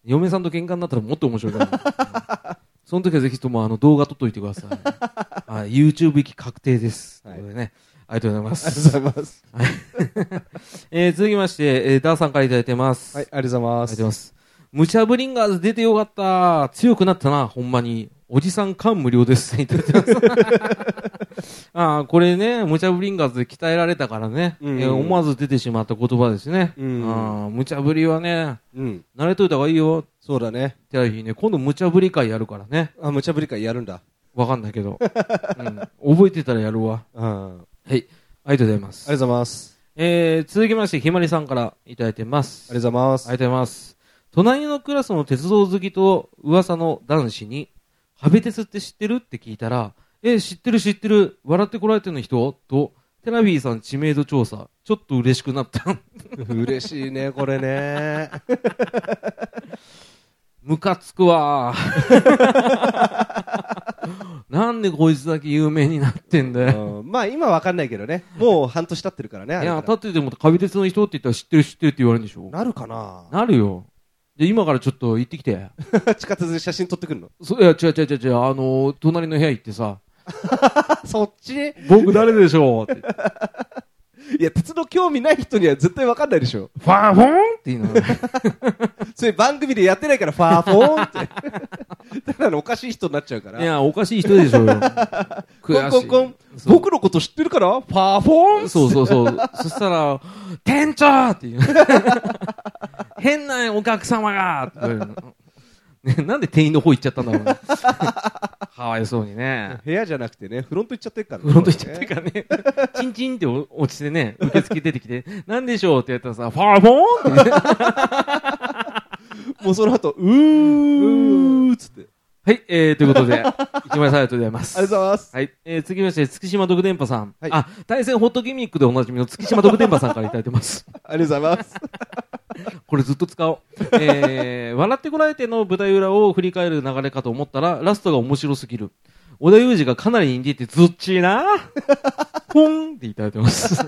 Speaker 1: 嫁さんと喧嘩になったらもっと面白い から。うんその時はぜひともあの動画撮っといてください。はい、YouTube 行き確定です。
Speaker 2: はい
Speaker 1: ということでね。ありがとうございま
Speaker 2: ありがとう
Speaker 1: す。
Speaker 2: ございます。
Speaker 1: えー続きまして、えーダーさんからいただいてます。
Speaker 2: はい、ありがとうござ
Speaker 1: あ
Speaker 2: いま
Speaker 1: りがとうご
Speaker 2: す
Speaker 1: ざい。ます。ムチャブリンガーズ出てよかった。強くなったな、ほんまに。おじさん感無量です。い ただいてます。ああ、これね、ムチャブリンガーズで鍛えられたからね、
Speaker 2: うん
Speaker 1: えー思わず出てしまった言葉ですね。
Speaker 2: うん
Speaker 1: ああ、ムチャブリはね、
Speaker 2: うん。
Speaker 1: 慣れといた方がいいよ。
Speaker 2: そうだね。
Speaker 1: テラフィーね、今度ムチャブリ会やるからね。
Speaker 2: あ、無茶ぶり会やるんだ。
Speaker 1: わかんないけ ど、うん。覚えてたらやるわ。
Speaker 2: うん。あ
Speaker 1: はい。ありがとうございま
Speaker 2: りがとうご
Speaker 1: す。
Speaker 2: ざいます。
Speaker 1: えー、続きまして、ひまりさんからいただいてます。
Speaker 2: ありがとうございます。
Speaker 1: ありがとうございます。隣のクラスの鉄道好きと噂の男子に、ハベテスって知ってるって聞いたら、え、知ってる知ってる、笑ってこられてるの人と、テラビーさん知名度調査、ちょっと嬉しくなった。
Speaker 2: 嬉しいね、これ ね。
Speaker 1: ムカつくわ。 なんでこいつだけ有名になってんだよ。
Speaker 2: うんまあ今わかんないけどね。もう半年経ってるからね。あ
Speaker 1: い
Speaker 2: れから
Speaker 1: や、立ってても、ハベテスの人って言ったら知ってる知ってるって言われるんでしょ
Speaker 2: なるかな
Speaker 1: なるよ。で、今からちょっと行ってきて。
Speaker 2: 地下鉄で写真撮ってくるの。
Speaker 1: そいや、違う違う違う違う、あの、隣の部屋行ってさ、
Speaker 2: あ、そっちい
Speaker 1: 僕誰でしょうって。
Speaker 2: や、鉄の興味ない人には絶対わかんないでしょ。
Speaker 1: ファーフォンっていうのが
Speaker 2: それ番組でやってないから、ファーフォーン って。ただのおかしい人になっちゃうから。
Speaker 1: いや、おかしい人でしょうよ。
Speaker 2: コン
Speaker 1: 悔しい。
Speaker 2: コンコン。
Speaker 1: そう
Speaker 2: 僕のこと知ってるから、ファーフォーン
Speaker 1: そうそうそう。そしたら、店長っていう。変なお客様がって言われるのね、なんで店員の方行っちゃったんだろうね。かわいそうにね。
Speaker 2: 部屋じゃなくてね、フロント行っちゃってるからね、
Speaker 1: フロント行っちゃってからね、チンチンって落ちてね、受付出てきて、なんでしょうってやったらさ、ファーフォーンって。
Speaker 2: もうその後、うーっつって。
Speaker 1: はい、えー、ということで、一枚さんありがとうございます。
Speaker 2: ありがとうございます。
Speaker 1: はい。えー、続きまして、月島独電波さん。
Speaker 2: はい
Speaker 1: あ、対戦ホットギミックでおなじみの月島独電波さんからいただいてます。
Speaker 2: ありがとうございます。
Speaker 1: これずっと使おう。えー、笑ってこられての舞台裏を振り返る流れかと思ったら、ラストが面白すぎる。小田裕二がかなり似ててずっちいな ポンっていただいてます。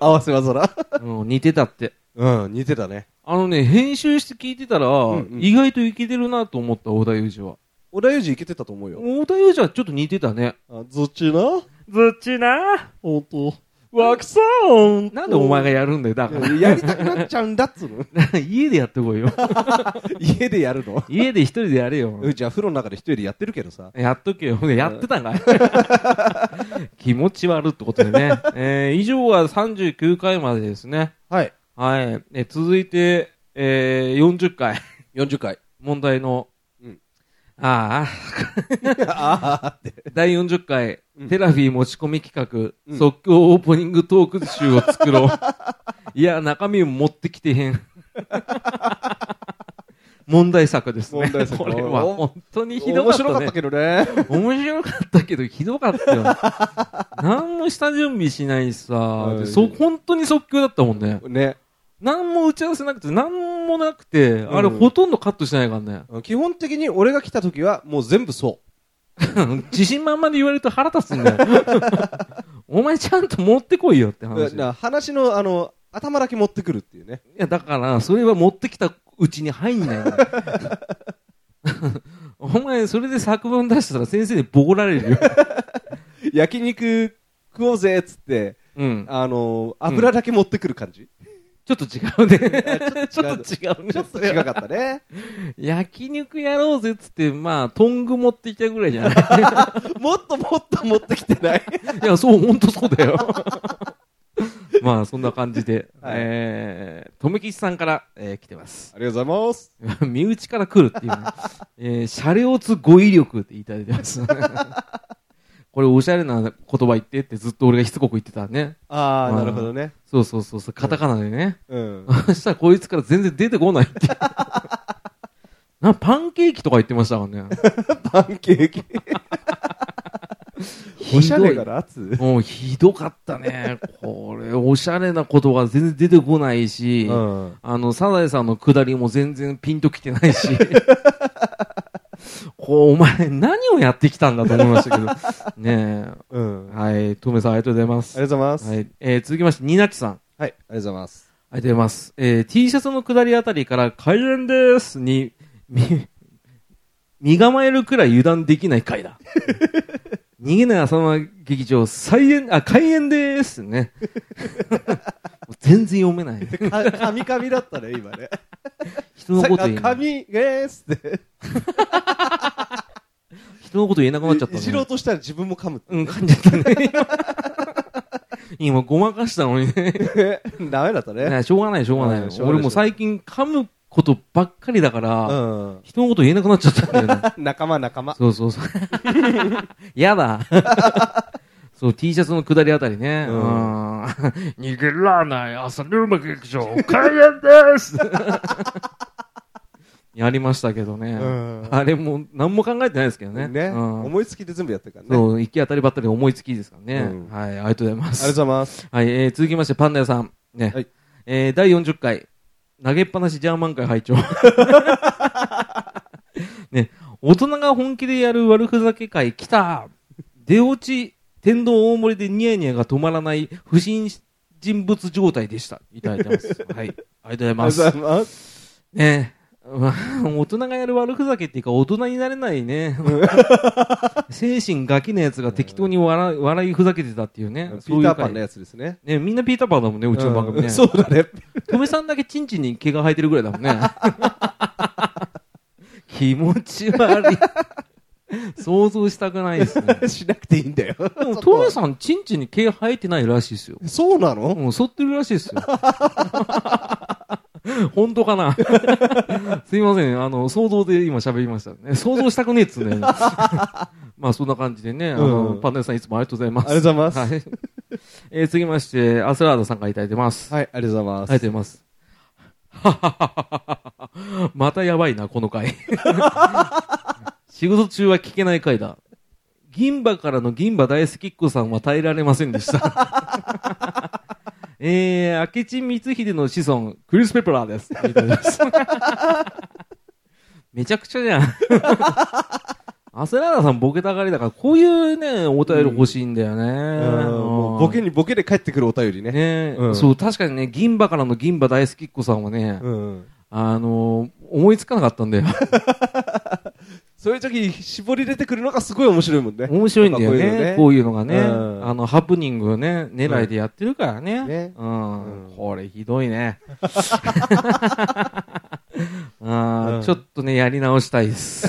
Speaker 2: 合わせ技だ。
Speaker 1: うん似てたって。
Speaker 2: うん、似てたね。
Speaker 1: あのね、編集して聞いてたら、
Speaker 2: んうん
Speaker 1: 意外といけてるなと思った、小田裕二は。
Speaker 2: 小田裕二いけてたと思うよ。
Speaker 1: 小田裕二はちょっと似てたね。
Speaker 2: あ、ずっちな
Speaker 1: ずっちいな
Speaker 2: ほんと。ワクさん
Speaker 1: なんでお前がやるんだよ、だか
Speaker 2: いややりたくなっちゃうんだっつうの
Speaker 1: ら。 家でやってこいよ。
Speaker 2: 家でやるの
Speaker 1: 家で一人でやれよ。
Speaker 2: うんじゃあ風呂の中で一人でやってるけどさ。
Speaker 1: やっとけよ。やってたんかい。 気持ち悪ってことでね。えー以上は39回までですね。
Speaker 2: はい。
Speaker 1: はい。え続いて、えー40回。
Speaker 2: 40回。
Speaker 1: 問題の、
Speaker 2: うん
Speaker 1: あ
Speaker 2: あーって。
Speaker 1: あ、第40回、
Speaker 2: うん
Speaker 1: テラフィー持ち込み企画、
Speaker 2: うん
Speaker 1: 即興オープニングトーク集を作 ろう。いや、中身持ってきてへん。問題作ですね。
Speaker 2: 問題作
Speaker 1: これは
Speaker 2: お
Speaker 1: 本当にひどかった、ね。
Speaker 2: 面白かったけどね。
Speaker 1: 面白かったけど、ひどかった よ。何も下準備しないしさ、で
Speaker 2: うん
Speaker 1: そ、本当に即興だったもんね。
Speaker 2: ね。
Speaker 1: 何も打ち合わせなくて、何もなくて、あれ
Speaker 2: うん
Speaker 1: ほとんどカットしないからね。
Speaker 2: 基本的に俺が来た時はもう全部そ
Speaker 1: 自信満々で言われると腹立つんだよ。 お前ちゃんと持ってこいよって
Speaker 2: う。
Speaker 1: 話。い
Speaker 2: な話の、あの、頭だけ持ってくるっていうね。
Speaker 1: や、だから、それは持ってきたうちに入んないんだよ。 お前、それで作文出したら先生にボコられるよ。
Speaker 2: 焼肉食おうぜっつって、
Speaker 1: うん。
Speaker 2: あの、油だけ持ってくる感じ。
Speaker 1: ちょっと違うね。ち
Speaker 2: ち
Speaker 1: ょ
Speaker 2: ょ
Speaker 1: っ
Speaker 2: っ
Speaker 1: と違うね。
Speaker 2: ちょっと違かったね。
Speaker 1: 焼肉やろうぜっつって、まあ、トング持ってきたぐらいじゃ ない。
Speaker 2: もっともっと持ってきてない。
Speaker 1: いや、そう、ほんとそうだ よ。まあ、そんな感じで、
Speaker 2: はい
Speaker 1: えー、とめきちさんから、えー来てます。
Speaker 2: ありがとうございます。
Speaker 1: 身内から来るって いうね。えー、シャレオツ語彙力っていただいてます。 これ、おしゃれな言葉言ってってずっと俺がしつこく言ってたね。
Speaker 2: あ
Speaker 1: うん
Speaker 2: あ、なるほどね。
Speaker 1: そうそうそうそう、カタカナでね。
Speaker 2: うん。
Speaker 1: そしたらこいつから全然出てこないっ ていう。なパンケーキとか言ってましたからね。
Speaker 2: パンケーキ。 おしゃれが
Speaker 1: ひ
Speaker 2: 夏
Speaker 1: どいもうひどかったね。これ、おしゃれなことが全然出てこないし、
Speaker 2: うん。
Speaker 1: あの、サザエさんのくだりも全然ピンときてないし、 こう、お前何をやってきたんだと思いましたけど、ね
Speaker 2: うん。
Speaker 1: え、
Speaker 2: あ
Speaker 1: はい、トメさんありがとうございま
Speaker 2: りがと
Speaker 1: す。
Speaker 2: うございます。
Speaker 1: は
Speaker 2: はい。
Speaker 1: い、えー続きまして、ニナキさん。
Speaker 2: ありがとうございます。
Speaker 1: ありがとうございます。えー T シャツのくだりあたりから、開演ですに、み、身構えるくらい油断できない回 だ。逃げない朝間劇場、再演、あ、開演ですね。 もう全然読めない。
Speaker 2: か、かみかみだったね、今ね。
Speaker 1: 人のこと言えな
Speaker 2: か
Speaker 1: い。
Speaker 2: みでーすって。
Speaker 1: 人のこと言えなくなっちゃった、ね。
Speaker 2: いじろうとしたら自分も噛むって。
Speaker 1: うん、噛んじゃったね。今、ごまかしたのにね。
Speaker 2: ダメだったね。
Speaker 1: ねしょうがない、しょうがな
Speaker 2: うん
Speaker 1: い。
Speaker 2: しょうがない
Speaker 1: 俺もう最近噛むことばっかりだから、
Speaker 2: うん。
Speaker 1: 人のこと言えなくなっちゃったんだよね。
Speaker 2: 仲間仲間。
Speaker 1: そうそうそう。 やだ。そう、T シャツの下りあたりね。う。
Speaker 2: うん
Speaker 1: 逃げらない朝ルーマ劇場、開演です やりましたけどね。
Speaker 2: うん
Speaker 1: あれも、何も考えてないですけどね。
Speaker 2: ね。
Speaker 1: うん
Speaker 2: 思いつきで全部やってるからね。ありがとう
Speaker 1: そう、行き当たりばったり思いつきですからね。
Speaker 2: うん
Speaker 1: はい、ありがとうございます。
Speaker 2: ございます。
Speaker 1: はい、えー続きまして、パンダ屋さん。ね。
Speaker 2: はい
Speaker 1: えー第40回、投げっぱなしジャーマン会拝聴。ね、大人が本気でやる悪ふざけ会来た出落ち、天丼大盛りでニヤニヤが止まらない不審人物状態でした。いただいて ます。はい。ありがとうござい
Speaker 2: あ
Speaker 1: ま
Speaker 2: りが
Speaker 1: す
Speaker 2: と。うございます。
Speaker 1: ねまあ大人がやる悪ふざけっていうか、大人になれない ね。精神ガキなやつが適当に笑い笑いふざけてたっていうね。
Speaker 2: ピーターパ
Speaker 1: そういう
Speaker 2: ン
Speaker 1: 回
Speaker 2: のやつですね。
Speaker 1: ね、みんなピーターパンだもんね、うちの番組ね。
Speaker 2: んそうだね。
Speaker 1: トメさんだけチンチンに毛が生えてるぐらいだもん ね。気持ち悪い。想像したくないですね。
Speaker 2: しなくていいんだよ。
Speaker 1: でも、トメさん、チンチンに毛生えてないらしいですよ。
Speaker 2: そうなの
Speaker 1: うん、剃ってるらしいですよ。 本当かな すいません。あの、想像で今喋りましたね。想像したくねえっつ うんだよね。まあ、そんな感じでね、あの、
Speaker 2: うん
Speaker 1: パンダさんいつもありがとうございます。。
Speaker 2: ありがとうございます
Speaker 1: はい。えー、続きまして、アスラードさんからいただいてます。
Speaker 2: はい、ありがとうございま
Speaker 1: あ
Speaker 2: す。
Speaker 1: りがとうございます。 またやばいな、この 回。仕事中は聞けない回だ。銀歯からの銀歯大好きっ子さんは耐えられませんでした。 えー、明智光秀の子孫、クリス・ペプラー です。いただきますめちゃくちゃじ ゃん。アセラーナさんボケたがりだから、こういうね、お便り欲しいんだよね。
Speaker 2: うんもうボケにボケで帰ってくるお便りね。
Speaker 1: ね
Speaker 2: うん
Speaker 1: そう、確かにね、銀歯からの銀歯大好きっ子さんはね、
Speaker 2: うん。
Speaker 1: あのー思いつかなかったんだよ。
Speaker 2: そういう時、絞り出てくるのがすごい面白いもんね。
Speaker 1: 面白いんだよ
Speaker 2: なんか
Speaker 1: ね。こ
Speaker 2: こ
Speaker 1: ういうのがね、
Speaker 2: うん
Speaker 1: あの、ハプニングをね、狙いでやってるからね。
Speaker 2: んね
Speaker 1: うん。
Speaker 2: うん
Speaker 1: これひどい ね。あー
Speaker 2: うん
Speaker 1: ちょっとね、やり直したいです。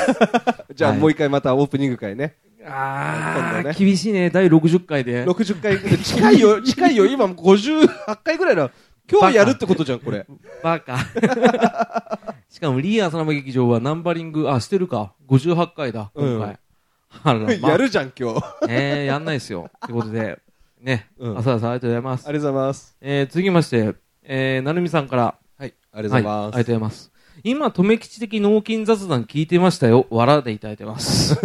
Speaker 2: じゃあ
Speaker 1: はい
Speaker 2: もう一回またオープニング会ね。
Speaker 1: あ
Speaker 2: 今
Speaker 1: ー、
Speaker 2: 度ね
Speaker 1: 厳しいね。第60回で。
Speaker 2: 60回、近いよ、近いよ、今もう58回ぐらいの、今日やるってことじゃん、これ。
Speaker 1: バカ。 しかも、リーアーナマ劇場はナンバリング、あ、してるか。58回だ、今回。あら、まあ
Speaker 2: やるじゃん、今日。
Speaker 1: ねえやんないですよ。ということで、ね、
Speaker 2: うん
Speaker 1: 浅田さんありがとうございます。
Speaker 2: ありがとうございます。
Speaker 1: えー、続きまして、えー、なるみさんから。
Speaker 2: はい、ありがとうござい
Speaker 1: は
Speaker 2: ま
Speaker 1: ありが
Speaker 2: す。
Speaker 1: とうございます。今、留吉的脳筋雑談聞いてましたよ。笑でいただいて ます。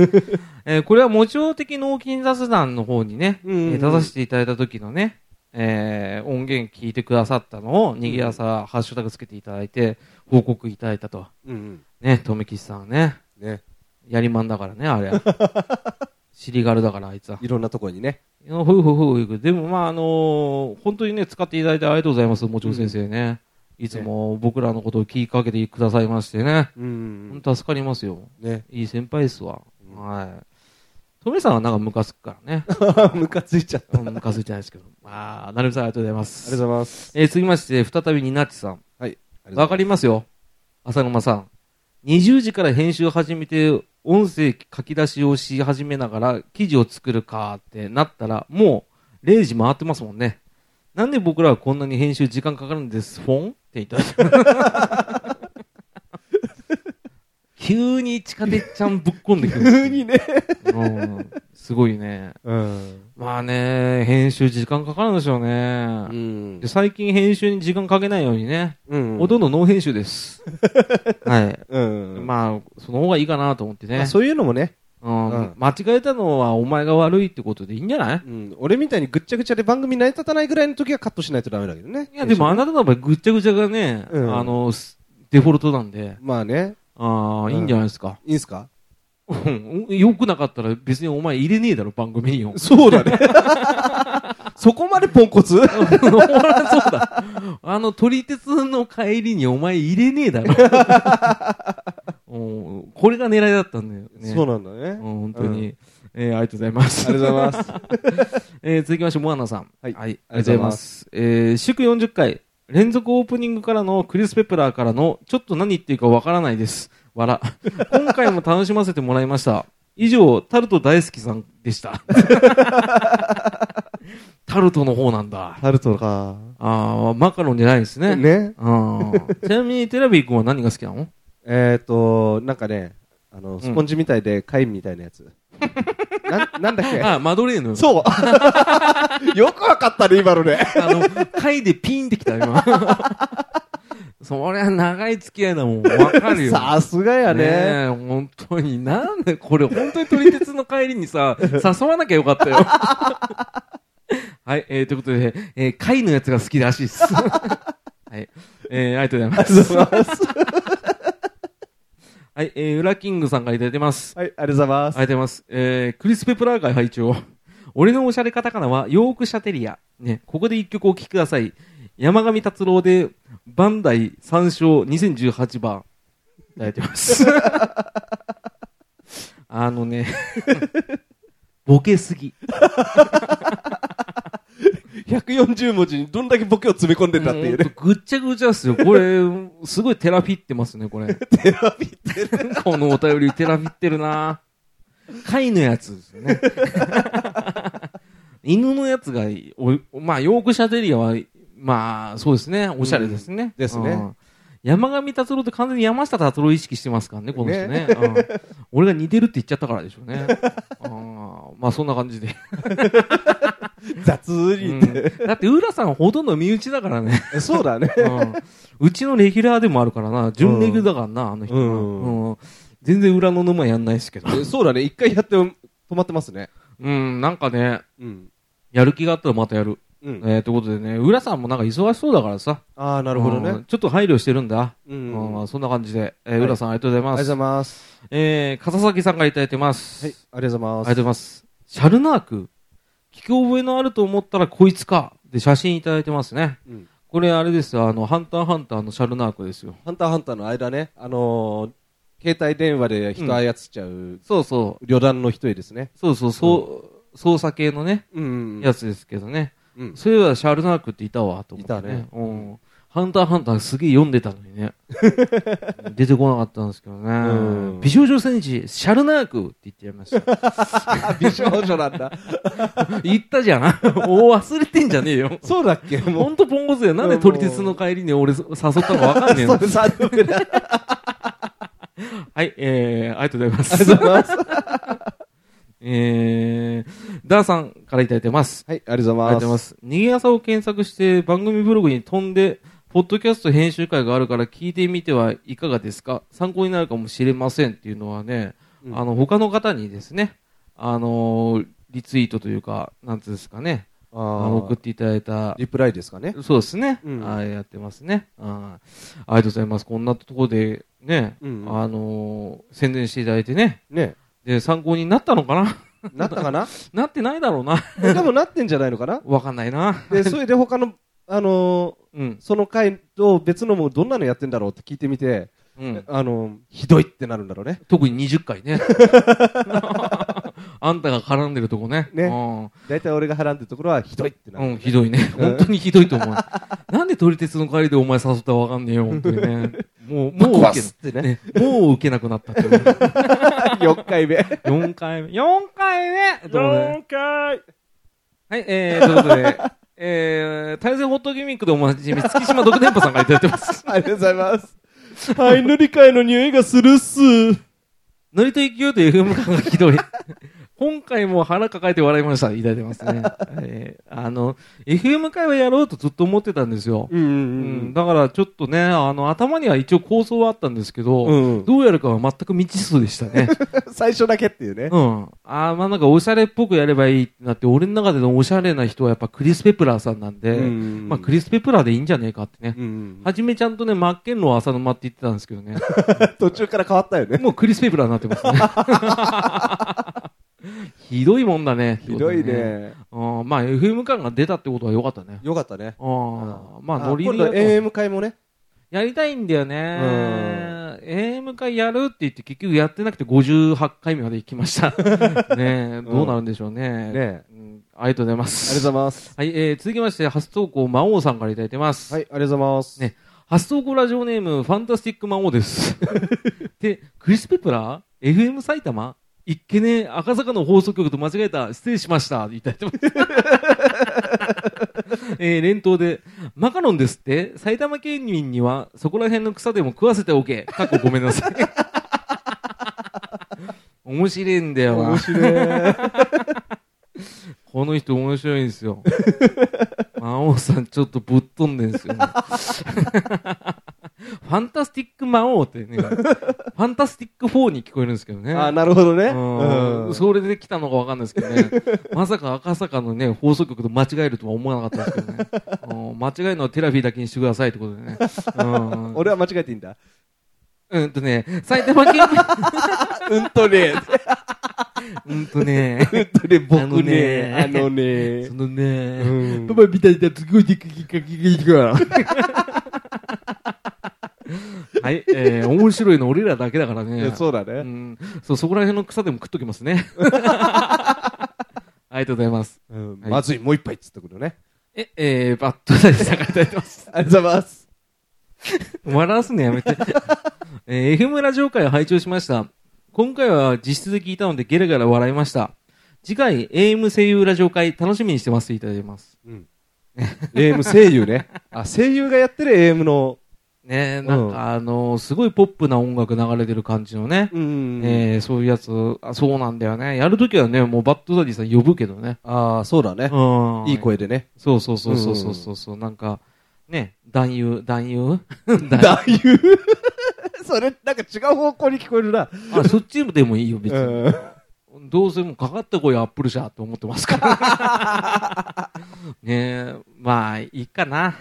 Speaker 1: えーこれは、模調的脳筋雑談の方にね、
Speaker 2: うんうん
Speaker 1: えー出させていただいた時のね、えー音源聞いてくださったのを、にぎやさ、ハッシュタグつけていただいて、報告いただいたと。
Speaker 2: うん
Speaker 1: ね、留吉さんはね、
Speaker 2: うん。ね。
Speaker 1: やりまんだからね、あ れ。尻軽だから、あいつは。
Speaker 2: いろんなところにね。
Speaker 1: ふうふうふうふうでもまああのー本当にね使っていただいてありがとうございますもちろん先生ね、いつも僕らのことを気かけてくださいましてね、
Speaker 2: うん。
Speaker 1: 本当助かりますよ
Speaker 2: ね。
Speaker 1: いい先輩ですわ、
Speaker 2: うん
Speaker 1: はいトメさんはなんかムカつくから ね
Speaker 2: ムカついちゃった。あ
Speaker 1: うん ムカついてないですけどまあなるみさんありがとうございます
Speaker 2: りがとうございます。
Speaker 1: えー続きまして再びになっちさん
Speaker 2: ありが
Speaker 1: わ
Speaker 2: と
Speaker 1: かりますよ浅沼さん20時から編集を始めて音声書き出しをし始めながら記事を作るかってなったらもう0時回ってますもんねなんで僕らはこんなに編集時間かかるんですフォンって言ったら 急に地下鉄ちゃんぶっこんでくる
Speaker 2: うございます。急にね。
Speaker 1: うんすごいね
Speaker 2: うん。
Speaker 1: まあね編集時間かかるんでしょう
Speaker 2: う
Speaker 1: ね、
Speaker 2: ん
Speaker 1: で。最近編集に時間かけないようにね
Speaker 2: うん
Speaker 1: ほとんどノー編集 です。はい。
Speaker 2: うん。ま
Speaker 1: まあ、その方がいいかなと思って
Speaker 2: あ、
Speaker 1: ね。
Speaker 2: そういうのもね、
Speaker 1: うん
Speaker 2: うん
Speaker 1: 間違えたのはお前が悪いってことでいいんじゃない
Speaker 2: うん、俺みたいにぐっちゃぐちゃで番組成り立たないぐらいの時はカットしないとダメだけどね。
Speaker 1: いや、でもあなたの場合ぐっちゃぐちゃがね、
Speaker 2: うん
Speaker 1: あの、すデフォルトなんで、
Speaker 2: まあね、
Speaker 1: ああ、いいんじゃないですか。
Speaker 2: いいんすか。
Speaker 1: うん良くなかったら別にお前入れねえだろ、番組によ
Speaker 2: そうだね。そこまでポンコツ
Speaker 1: ほらそうだ。あの、撮り鉄の帰りにお前入れねえだ ろ。うんこれが狙いだったんだよね。
Speaker 2: そう
Speaker 1: う
Speaker 2: なんだね。
Speaker 1: ん本当
Speaker 2: うん
Speaker 1: に。えーありがとうございます。
Speaker 2: ありがとうござ います。
Speaker 1: えー続きまして、モアナさん。
Speaker 2: はい
Speaker 1: ありがとうございます。えー祝40回、連続オープニングからのクリス・ペプラーからの、ちょっと何言ってるかわからないです。わら。 今回も楽しませてもらいました。以上、タルト大好きさんでした。 タルトの方なんだ。
Speaker 2: タルトか。
Speaker 1: あーマカロンじゃないですね。
Speaker 2: ね。
Speaker 1: あーちなみに、テラビー君は何が好きなの
Speaker 2: えっと、なんかね、あの、スポンジみたいで貝みたいなや つ。な、なんだっけ
Speaker 1: あー、マドレーヌ。
Speaker 2: そう。 よくわかったね、今のね。
Speaker 1: あの、貝でピンってきた、今。 そりゃ長い付き合いだもん。わかるよ。
Speaker 2: さすがやね。
Speaker 1: え本当に。なんで、これ本当に撮り鉄の帰りにさ、 誘わなきゃよかったよ。 はい、えー、ということで、えー、貝のやつが好きらしい です。はい。えー、ありがとうございま
Speaker 2: ありが
Speaker 1: す。
Speaker 2: とうございます。
Speaker 1: はい、えー、ウラキングさんからいただいてます。
Speaker 2: はい、ありがとうございま
Speaker 1: ありが
Speaker 2: す。
Speaker 1: とうございます。えー、クリス・ペプラー会配置を。俺のおしゃれカタカナは、ヨークシャテリア。ね、ここで一曲お聴きください。山上達郎で、バンダイ三勝2018番。いただいて ます。あのね、ボケすぎ。
Speaker 2: 140文字にどんだけボケを詰め込んでんだっていうね。
Speaker 1: ほんとぐっちゃぐちゃですよ。これ、すごいテラフィってますね、これ。
Speaker 2: テラビってる。
Speaker 1: このお便り、テラフィってるな貝のやつですよ ね。犬のやつがいい、おまあ、ヨークシャテリアは、まあ、そうですね、おしゃれですね。
Speaker 2: ですね
Speaker 1: うん山上達郎って完全に山下達郎意識してますからね、この人ね。うん俺が似てるって言っちゃったからでしょうね。うんまあ、そんな感じで。
Speaker 2: 雑
Speaker 1: う
Speaker 2: に
Speaker 1: ん
Speaker 2: 言って。
Speaker 1: だって、浦さんほとんど身内だからね。
Speaker 2: そうだね。
Speaker 1: うんうちのレギュラーでもあるからな、準レギュだからな、あの人な、
Speaker 2: うん
Speaker 1: うん全然裏の沼やんないですけど。
Speaker 2: えそうだね。一回やって止まってますね。
Speaker 1: うん、なんかね、
Speaker 2: うん。
Speaker 1: やる気があったらまたやる。
Speaker 2: うん。
Speaker 1: えー、ということでね、浦さんもなんか忙しそうだからさ。
Speaker 2: ああ、
Speaker 1: な
Speaker 2: なるほどね。ありが
Speaker 1: ちょっと配慮してるんだ。
Speaker 2: う
Speaker 1: うんん、そんな感じで。えー、
Speaker 2: はい
Speaker 1: 浦さんありがとうござい
Speaker 2: とう
Speaker 1: ま
Speaker 2: ご
Speaker 1: す。
Speaker 2: ざいます。
Speaker 1: えー、笠崎さんからいただいてます。
Speaker 2: はい、ありがとうご
Speaker 1: ありがと
Speaker 2: ざいま
Speaker 1: うございます。シャルナーク。聞き覚えのあると思ったらこいつか。で、写真いただいてますね。
Speaker 2: す。うん
Speaker 1: これあれですよ、あの、ハンターハンターのシャルナークですよ。
Speaker 2: ハンターハンターの間ね、あのー、携帯電話で人操っちゃう
Speaker 1: そうそう。
Speaker 2: 旅団の一人ですね。
Speaker 1: そうそう、そう、操作系のね、
Speaker 2: うん
Speaker 1: やつですけどね。
Speaker 2: うん。
Speaker 1: そういえばシャルナークっていたわ、と思って、
Speaker 2: いたね
Speaker 1: うん。ハンターハンターすげえ読んでたのにね。出てこなかったんですけど
Speaker 2: う
Speaker 1: ね
Speaker 2: ん。
Speaker 1: 美少女戦士、シャルナークって言ってやりました。
Speaker 2: あ、美少女なんだ。
Speaker 1: 言ったじゃん。お忘れてんじゃねえ よ。
Speaker 2: そうだっけもう
Speaker 1: ほんとポンコツだよ。なんで撮り鉄の帰りに俺誘ったかわかんねえの
Speaker 2: そ。れ三度目だ。
Speaker 1: はい、えー、ありがとうございま
Speaker 2: あり
Speaker 1: す
Speaker 2: がと。うございます。はい、
Speaker 1: えー、ダーさんからいただいてます。
Speaker 2: ありがとうござい
Speaker 1: ありがとうご
Speaker 2: ます。
Speaker 1: ざいます。逃げ朝を検索して番組ブログに飛んで、ポッドキャスト編集会があるから聞いてみてはいかがですか参考になるかもしれませんっていうのはね、
Speaker 2: うん
Speaker 1: あの、他の方にですね、あのーリツイートというか、なんつうんですかね、
Speaker 2: あ
Speaker 1: あ
Speaker 2: ー
Speaker 1: の送っていただいた、
Speaker 2: リプライですかね。
Speaker 1: そうですね、
Speaker 2: うん
Speaker 1: はい、やってますね、うん。ありがとうございます。こんなところでね、
Speaker 2: うん
Speaker 1: あのー宣伝していただいてね、
Speaker 2: ね。
Speaker 1: で、参考になったのかな
Speaker 2: なったかな
Speaker 1: なってないだろうな。
Speaker 2: えでもなってんじゃないのかな
Speaker 1: わかんないな。
Speaker 2: で、それで他の、あの
Speaker 1: うん
Speaker 2: ー、。その回と別のもどんなのやってんだろうって聞いてみて、
Speaker 1: うん。
Speaker 2: あのー、ひどいってなるんだろうね。
Speaker 1: 特に20回ね。 あんたが絡んでるとこね。
Speaker 2: ね
Speaker 1: うん
Speaker 2: 大体俺が払ってるところはひどいってなる。
Speaker 1: うん、ひどいね。
Speaker 2: うん
Speaker 1: 本当にひどいと思う。なんで撮り鉄の帰りでお前誘ったかわかんねえよ、本当にね。もう、もう
Speaker 2: ぶっ
Speaker 1: 受
Speaker 2: 壊す
Speaker 1: け
Speaker 2: って
Speaker 1: な、
Speaker 2: ね
Speaker 1: ね、もう受けなくなったっていう。
Speaker 2: 4回目。
Speaker 1: 4回目。4回目どうもね
Speaker 2: 回
Speaker 1: はい、えー、ということで、えー、対戦ホットギミックでお待ちみ、月島独電波さんからいただいてます。
Speaker 2: ありがとうございます。はい、塗り替えの匂いがするっす。
Speaker 1: ノリと勢いと FM 感がひどい。 今回も腹抱えて笑いました。いただいてますね。えーあの、FM 会はやろうとずっと思ってたんですよ。
Speaker 2: うんう
Speaker 1: うん
Speaker 2: ん
Speaker 1: だからちょっとね、あの、頭には一応構想はあったんですけど、
Speaker 2: うん
Speaker 1: どうやるかは全く未知数でした ね。
Speaker 2: うん。最初だけっていうね。
Speaker 1: うん。あーまあなんかおしゃれっぽくやればいいってなって、俺の中でのおしゃれな人はやっぱクリス・ペプラーさんなんで、
Speaker 2: うん
Speaker 1: まあクリス・ペプラーでいいんじゃねえかってね。
Speaker 2: うん
Speaker 1: はじめちゃんとね、マッケンロー浅沼って言ってたんですけどね。
Speaker 2: 途中から変わったよね。
Speaker 1: もうクリス・ペプラーになってますね。 ひどいもんだね。
Speaker 2: ひどい。ね。
Speaker 1: あーまあ FM 感が出たってことは良かったね。
Speaker 2: よかったね。
Speaker 1: あーまあノリ
Speaker 2: 今
Speaker 1: に
Speaker 2: 度
Speaker 1: よる
Speaker 2: AM 会もね。
Speaker 1: やりたいんだよね
Speaker 2: ん。
Speaker 1: AM 会やるって言って結局やってなくて58回目まで行きま した。ねえどうなるんでしょうね。
Speaker 2: ね
Speaker 1: うんありがとうございま
Speaker 2: あ
Speaker 1: す。
Speaker 2: りがとうございます。
Speaker 1: はい、えー続きまして、初投稿、魔王さんからいただいてます。
Speaker 2: はい、ありがとうございます。
Speaker 1: ね初投稿ラジオネーム、ファンタスティック魔王です。で、クリス・ペプラー ?FM 埼玉いっけねえ、赤坂の放送局と間違えた。失礼しました。いただいてます。えー連投で、マカロンですって、埼玉県民にはそこら辺の草でも食わせておけ。かっこごめんなさい。面白いんだよな。
Speaker 2: 面白い。
Speaker 1: この人面白いんですよ。 魔王さんちょっとぶっ飛んでんですよ、ね。 ファンタスティック魔王ってね、ファンタスティック4に聞こえるんですけどね。
Speaker 2: あ、なるほどね。
Speaker 1: うん
Speaker 2: うん
Speaker 1: それで来たのかわかんないですけど ね。まさか赤坂のね、放送局と間違えるとは思わなかったですけど ね。うん間違えるのはテラフィーだけにしてくださいってことでね。うん
Speaker 2: 俺は間違えていいんだ。
Speaker 1: うんとね、埼玉県
Speaker 2: うんとね、
Speaker 1: 民、うんと ね、
Speaker 2: うんとね、僕ね、
Speaker 1: あ
Speaker 2: あ
Speaker 1: の
Speaker 2: のね
Speaker 1: そ。のね、
Speaker 2: うん
Speaker 1: パパみたいなすごいでっかいかきかきかきはい、えー、面白いの俺らだけだから
Speaker 2: い
Speaker 1: ね。
Speaker 2: やそうだ
Speaker 1: う
Speaker 2: ね。
Speaker 1: ん。そう、そこら辺の草でも食っときます ね。ありがとうございます。
Speaker 2: うんまずい、もう一杯っつってくるね。
Speaker 1: え、えー、バットダイさんからいただいてます。
Speaker 2: ありがとうございます。
Speaker 1: 笑わすのやめて。えー FM ラジオ会を拝聴しました。今回は実質で聞いたのでゲラゲラ笑いました。次回、AM 声優ラジオ会楽しみにしてます。いただいてます。
Speaker 2: AM 声優ね。 あ、声優がやってる AM の。
Speaker 1: ねえ、なんかあのすごいポップな音楽流れてる感じのね。
Speaker 2: うん
Speaker 1: えーそういうやつ、あ、そうなんだよね。やるときはね、もうバッドダディさん呼ぶけどね。
Speaker 2: ああ、そうだね。
Speaker 1: うん。
Speaker 2: いい。声でね。
Speaker 1: そうそうそうそうそうそうそう、なんか、ね、男優、男優 男
Speaker 2: 男優それ、なんか違う方向に聞こえるな。
Speaker 1: あ、そっちでもいいよ、別に。
Speaker 2: うん
Speaker 1: どうせもうかかってこいアップル社って思ってますから。 ねえ、まあ、いいかな。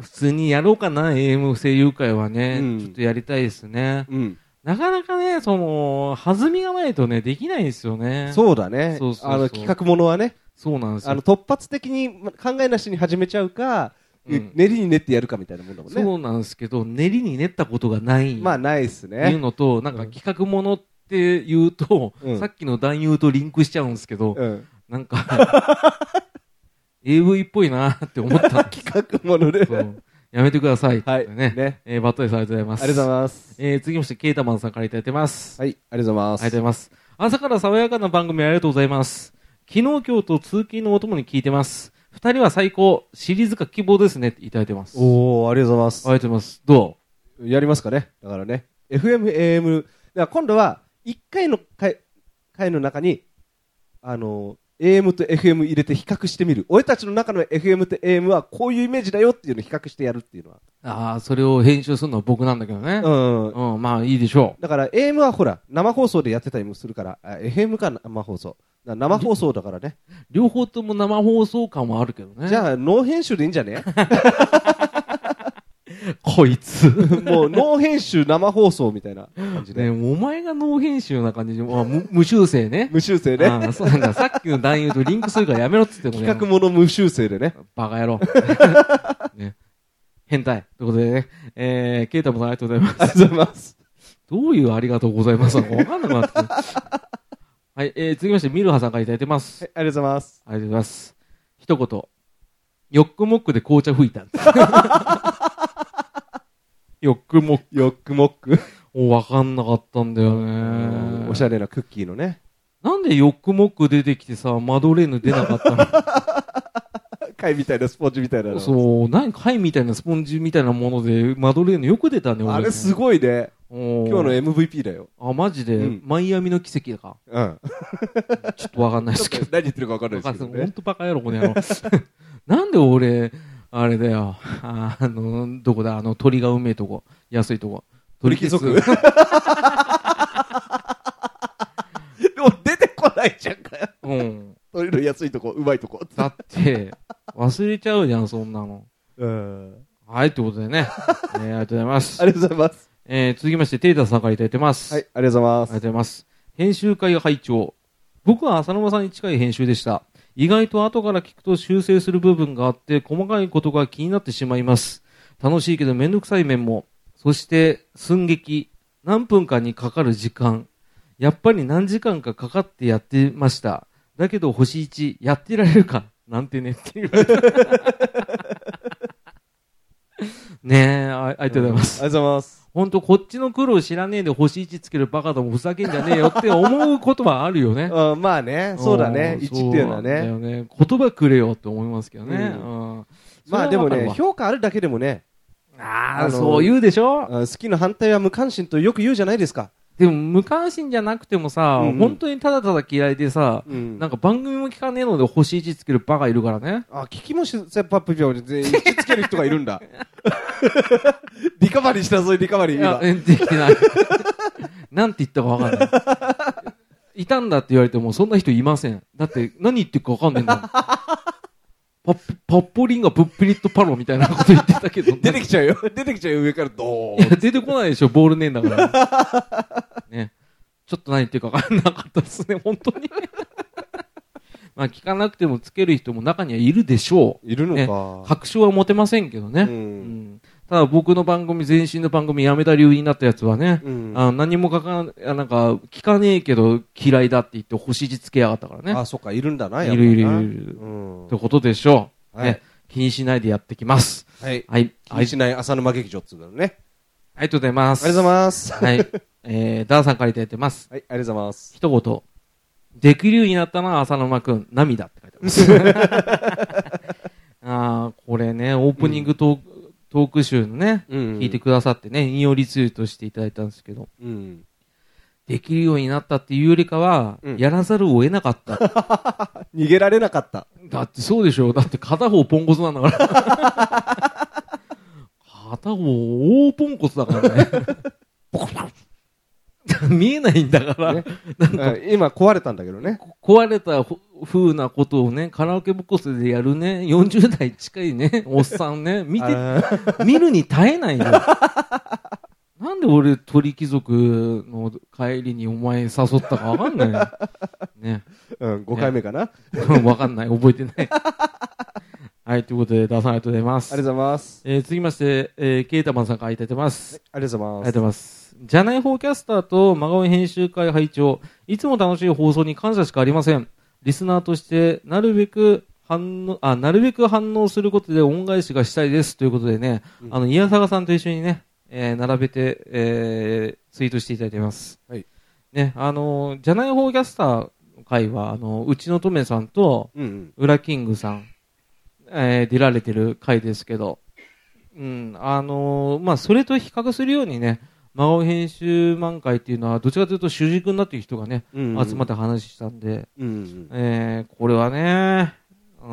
Speaker 1: 普通にやろうかな、AM 声優会はね。
Speaker 2: うん
Speaker 1: ちょっとやりたいですね。
Speaker 2: うん。
Speaker 1: なかなかね、その、弾みがないとね、できないんですよね。う。
Speaker 2: そうだね
Speaker 1: そうそう。そう
Speaker 2: あの、企画ものはね、
Speaker 1: そうなんですよ
Speaker 2: あの、。突発的にま考えなしに始めちゃうか、
Speaker 1: うん
Speaker 2: 練りに練ってやるかみたいなもんだもんね。
Speaker 1: そうなんですけど、練りに練ったことがないっ
Speaker 2: まあ、ないっす
Speaker 1: ていう
Speaker 2: ね。
Speaker 1: のと、なんか企画ものって言うと、
Speaker 2: うん
Speaker 1: さっきの男優とリンクしちゃうんですけど、
Speaker 2: うん。
Speaker 1: なんか、AV っぽいなって思ったんです
Speaker 2: 企画もので。
Speaker 1: そうやめてください。
Speaker 2: はい
Speaker 1: ね。
Speaker 2: ね
Speaker 1: えーバットです。ありがとうございます。
Speaker 2: ありがとうござい
Speaker 1: ま
Speaker 2: ま
Speaker 1: す。
Speaker 2: す。
Speaker 1: えー、次まして、ケータマンさんからいただいてます。
Speaker 2: はい、ありがとうございます。
Speaker 1: ありがとうございます。朝から爽やかな番組ありがとうございます。昨日、今日と通勤のお供に聞いてます。二人は最高。シリーズ化希望ですね。っていただいてます。あり
Speaker 2: おー、ありがとうございます。
Speaker 1: がとうございます。ど
Speaker 2: やりますかね。だからね。FM、AM。だから今度は、1回の回回の中に、あの、AM と FM 入れて比較してみる。俺たちの中の FM と AM はこういうイメージだよっていうのを比較してやるっていうのは。
Speaker 1: うああ、それを編集するのは僕なんだけどね。
Speaker 2: うん。
Speaker 1: うん。まあ、いいでしょ
Speaker 2: だから AM はほら、生放送でやってたりもするから、あ FM か生放送。だから生放送だか らね。
Speaker 1: う。両方とも生放送感はあるけどね。
Speaker 2: じゃあ、ノー編集でいいんじゃね
Speaker 1: こいつ。
Speaker 2: もう、ノー編集生放送みたいな感じ
Speaker 1: ね、
Speaker 2: で。
Speaker 1: お前が脳編集な感じで、まあ、無無修正ね。
Speaker 2: 無修正
Speaker 1: あ
Speaker 2: ね。
Speaker 1: あそうなんだ。さっきの男優とリンクするからやめろっつってもね。
Speaker 2: 企画もの無修正でね。
Speaker 1: バカ野 郎。ね、変態。ということでね、えー、ケイタもさんありがとうございます。
Speaker 2: ありがとうございます。
Speaker 1: どういうありがとうございますのかわかんなくなってきたはい、えー、続きまして、ミルハさんからいただいてます。
Speaker 2: はいありがとうございます。
Speaker 1: ありがとうございます。一言。ヨックモックで紅茶吹いた。 ヨックモック。
Speaker 2: ヨックモック。
Speaker 1: おわかんなかったんだよね。
Speaker 2: おしゃれなクッキー のね。
Speaker 1: なんでヨックモック出てきてさ、マドレーヌ出なか ったの
Speaker 2: 貝みたいなスポンジみたいなの。
Speaker 1: そう、何貝みたいなスポンジみたいなもので、マドレーヌよく出たね、
Speaker 2: あれす
Speaker 1: ご
Speaker 2: ごいね。
Speaker 1: 今
Speaker 2: 今日の MVP だよ。
Speaker 1: あ、マジで、
Speaker 2: うん
Speaker 1: マイアミの奇跡だか。
Speaker 2: うん。
Speaker 1: ちょっとわかんない
Speaker 2: ち
Speaker 1: で
Speaker 2: ょっ
Speaker 1: すけ
Speaker 2: と
Speaker 1: ど。
Speaker 2: 何言ってるか分かんない
Speaker 1: バ
Speaker 2: で
Speaker 1: カ
Speaker 2: すけど
Speaker 1: ほん
Speaker 2: ね。
Speaker 1: とバカ野郎、この野郎。 なんで俺、あれだよ。ああの、どこだ、あの、鳥がうめえとこ。安いとこ。
Speaker 2: 鳥貴族でも出てこないじゃんかよ。
Speaker 1: うん。
Speaker 2: 鳥の安いとこ、うまいとこ。
Speaker 1: だって、忘れちゃうじゃん、そんなの。
Speaker 2: うん。
Speaker 1: はい、ってことでね。えー、ありがとうございます
Speaker 2: あ。りがとうございます。
Speaker 1: えー、続きまして、テータさんからいただいてます。
Speaker 2: はい、ありがとうご
Speaker 1: ありがとう
Speaker 2: ざいま。
Speaker 1: ございます。編集会が拝聴。僕は浅沼さんに近い編集でした。意外と後から聞くと修正する部分があって、細かいことが気になってしまいます。楽しいけどめんどくさい面も。そして、寸劇。何分間にかかる時間。やっぱり何時間かかかってやってました。だけど星1、やってられるか。なんてねっていう。ねえ、あありがとうございますす。
Speaker 2: ありがとうございます。
Speaker 1: 本当こっちの苦労知らねえで星1つけるバカどもふざけんじゃねえよって思うことはあるよね。
Speaker 2: うん、まあね、 そうだね。
Speaker 1: ん
Speaker 2: 1っていうのは
Speaker 1: そう
Speaker 2: ね。
Speaker 1: なんだよね言葉くれよって思いますけどね。
Speaker 2: うん
Speaker 1: うん
Speaker 2: まあでもね、
Speaker 1: それは
Speaker 2: 評価あるだけでもね、
Speaker 1: わかるわあ
Speaker 2: あ
Speaker 1: あ、
Speaker 2: の
Speaker 1: そう言うでしょ
Speaker 2: うん好きの反対は無関心とよく言うじゃないですか。
Speaker 1: でも無関心じゃなくてもさ、
Speaker 2: うんうん
Speaker 1: 本当にただただ嫌いでさ、
Speaker 2: うん
Speaker 1: なんか番組も聞かねえので星1つけるバカいるからね。
Speaker 2: あ、聞きもし、セップアップ病で引きつける人がいる んだ。リカバリーしたぞ、リカバリー。
Speaker 1: いや、
Speaker 2: 今
Speaker 1: えできてない。 なんて言ったかわかんない。いたんだって言われても、そんな人いません。だって、何言ってるかわかんないんだもん。パッ、パッポリンがプッピリットパロみたいなこと言ってたけど、
Speaker 2: 出てきちゃうよ。 出てきちゃうよ、上からド
Speaker 1: いや
Speaker 2: ーン。
Speaker 1: 出てこないでしょ、ボールねえんだから。ね。ちょっと何言ってるかわかんなかったですね、本当に。まあ、聞かなくてもつける人も中にはいるでしょ
Speaker 2: いる
Speaker 1: う。ね。
Speaker 2: のか。
Speaker 1: 確証は持てませんけどね。
Speaker 2: う。
Speaker 1: うんんただ僕の番組、前身の番組やめた理由になったやつはね、
Speaker 2: うん
Speaker 1: あ何も書かんあなんか聞かねえけど嫌いだって言って星字つけやがったからね。
Speaker 2: あ、そっか、いるんだな、やっ
Speaker 1: い
Speaker 2: ぱり
Speaker 1: る
Speaker 2: ない
Speaker 1: るいるいる。
Speaker 2: うん。
Speaker 1: ってことでしょう、
Speaker 2: はい
Speaker 1: ね。気にしないでやってきます。
Speaker 2: はい。
Speaker 1: はい。
Speaker 2: 気
Speaker 1: あり
Speaker 2: にしない浅沼劇場っつうのね。
Speaker 1: ありがとうございます。
Speaker 2: ありがとうございます。はい、
Speaker 1: います。はい。えー、ダーさんからいただいてます。
Speaker 2: ありがとうございます。
Speaker 1: 一言。できるようになったな、浅沼くん。涙って書いてます。 あーこれね、オープニングトーク、トーク集のね、
Speaker 2: うん
Speaker 1: 聞いてくださってね、引用リツイートしていただいたんですけど、
Speaker 2: うん。
Speaker 1: できるようになったっていうよりかは、
Speaker 2: うん
Speaker 1: やらざるを得なかった。
Speaker 2: 逃げられなかった。
Speaker 1: だってそうでしょだって片方ポンコツなんだか ら。片方大ポンコツだからね。 見えないんだから、
Speaker 2: ねうん今壊れたんだけどね。
Speaker 1: 壊れたふ風なことをね、カラオケボックスでやるね、40代近いね、おっさんね、見て、
Speaker 2: あー
Speaker 1: 見るに耐えないよ。なんで俺鳥貴族の帰りにお前誘ったかわかんないよ。ね。
Speaker 2: うん、5回目かな。あ
Speaker 1: わかんない。覚えて ない。はい、ということで、ダーさんありがとうございます。
Speaker 2: りがとうございます。
Speaker 1: えー続きまして、えー、ケータマンさんからいただいてます。
Speaker 2: ありがとうご
Speaker 1: ありが
Speaker 2: ざいま
Speaker 1: とうございます。じゃない方キャスターと真顔編集会拝聴いつも楽しい放送に感謝しかありません。リスナーとして、なるべく反応、あ、なるべく反応することで恩返しがしたいですということでね、
Speaker 2: うん
Speaker 1: あの、宮坂さんと一緒にね、えー並べて、えーツイートしていただいてます。
Speaker 2: はい。
Speaker 1: ね、あのーじゃない方キャスターの会は、あの、うちのとめさんと、
Speaker 2: うんうん。
Speaker 1: ウラキングさん、えー出られてる回ですけど、うん、あのーまあ、それと比較するようにね、真顔編集満会っていうのは、どっちかというと主軸になっている人がね、
Speaker 2: うんうん
Speaker 1: 集まって話したんで、
Speaker 2: うんうん。
Speaker 1: えーこれはね、うん、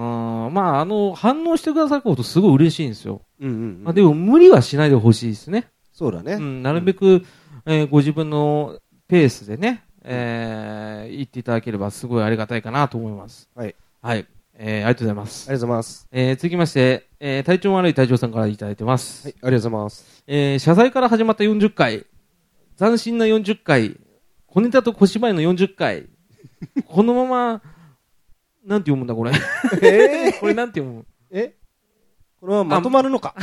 Speaker 1: まあ、あの、反応してくださることすごい嬉しいんですよ。
Speaker 2: うんうん。
Speaker 1: まあ、でも無理はしないでほしいですね。
Speaker 2: そうだね。
Speaker 1: うん、なるべく、えーご自分のペースでね、えー、言っていただければすごいありがたいかなと思います。
Speaker 2: はい。
Speaker 1: はい。えーありがとうございます。
Speaker 2: ありがとうございます。
Speaker 1: えー続きまして、えー体調悪い隊長さんからいただいてます。
Speaker 2: はい、ありがとうございます。
Speaker 1: えー謝罪から始まった40回、斬新な40回、小ネタと小芝居の40回、 このまま、なんて読むんだこれ。
Speaker 2: え ー
Speaker 1: これなんて読む
Speaker 2: えこのまままとまるの か。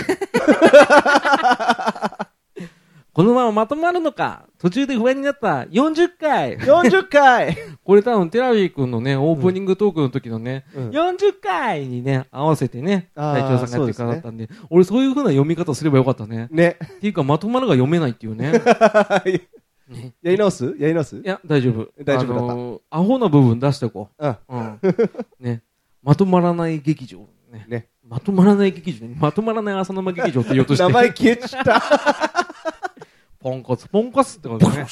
Speaker 1: このまままとまるのか途中で不安になった40回
Speaker 2: 40回
Speaker 1: これ多分テラビー君のね、オープニングトークの時のね、
Speaker 2: うん
Speaker 1: 40回にね、合わせてね、
Speaker 2: あー
Speaker 1: 隊長さんがやってくださったんで、俺そういう風な読み方すればよかったね。
Speaker 2: ね。
Speaker 1: っていうか、まとまるが読めないっていうね。ね
Speaker 2: やり直すやり直す
Speaker 1: いや、大丈夫。
Speaker 2: 大丈夫だった
Speaker 1: あのーアホな部分出しておこ
Speaker 2: うん。
Speaker 1: う。うん。ね。まとまらない劇場。ね。
Speaker 2: ね。
Speaker 1: まとまらない劇場。まとまらない浅沼劇場って言おうとして。
Speaker 2: 名前消えちゃった。
Speaker 1: ポンコツ、ポンコツってことね。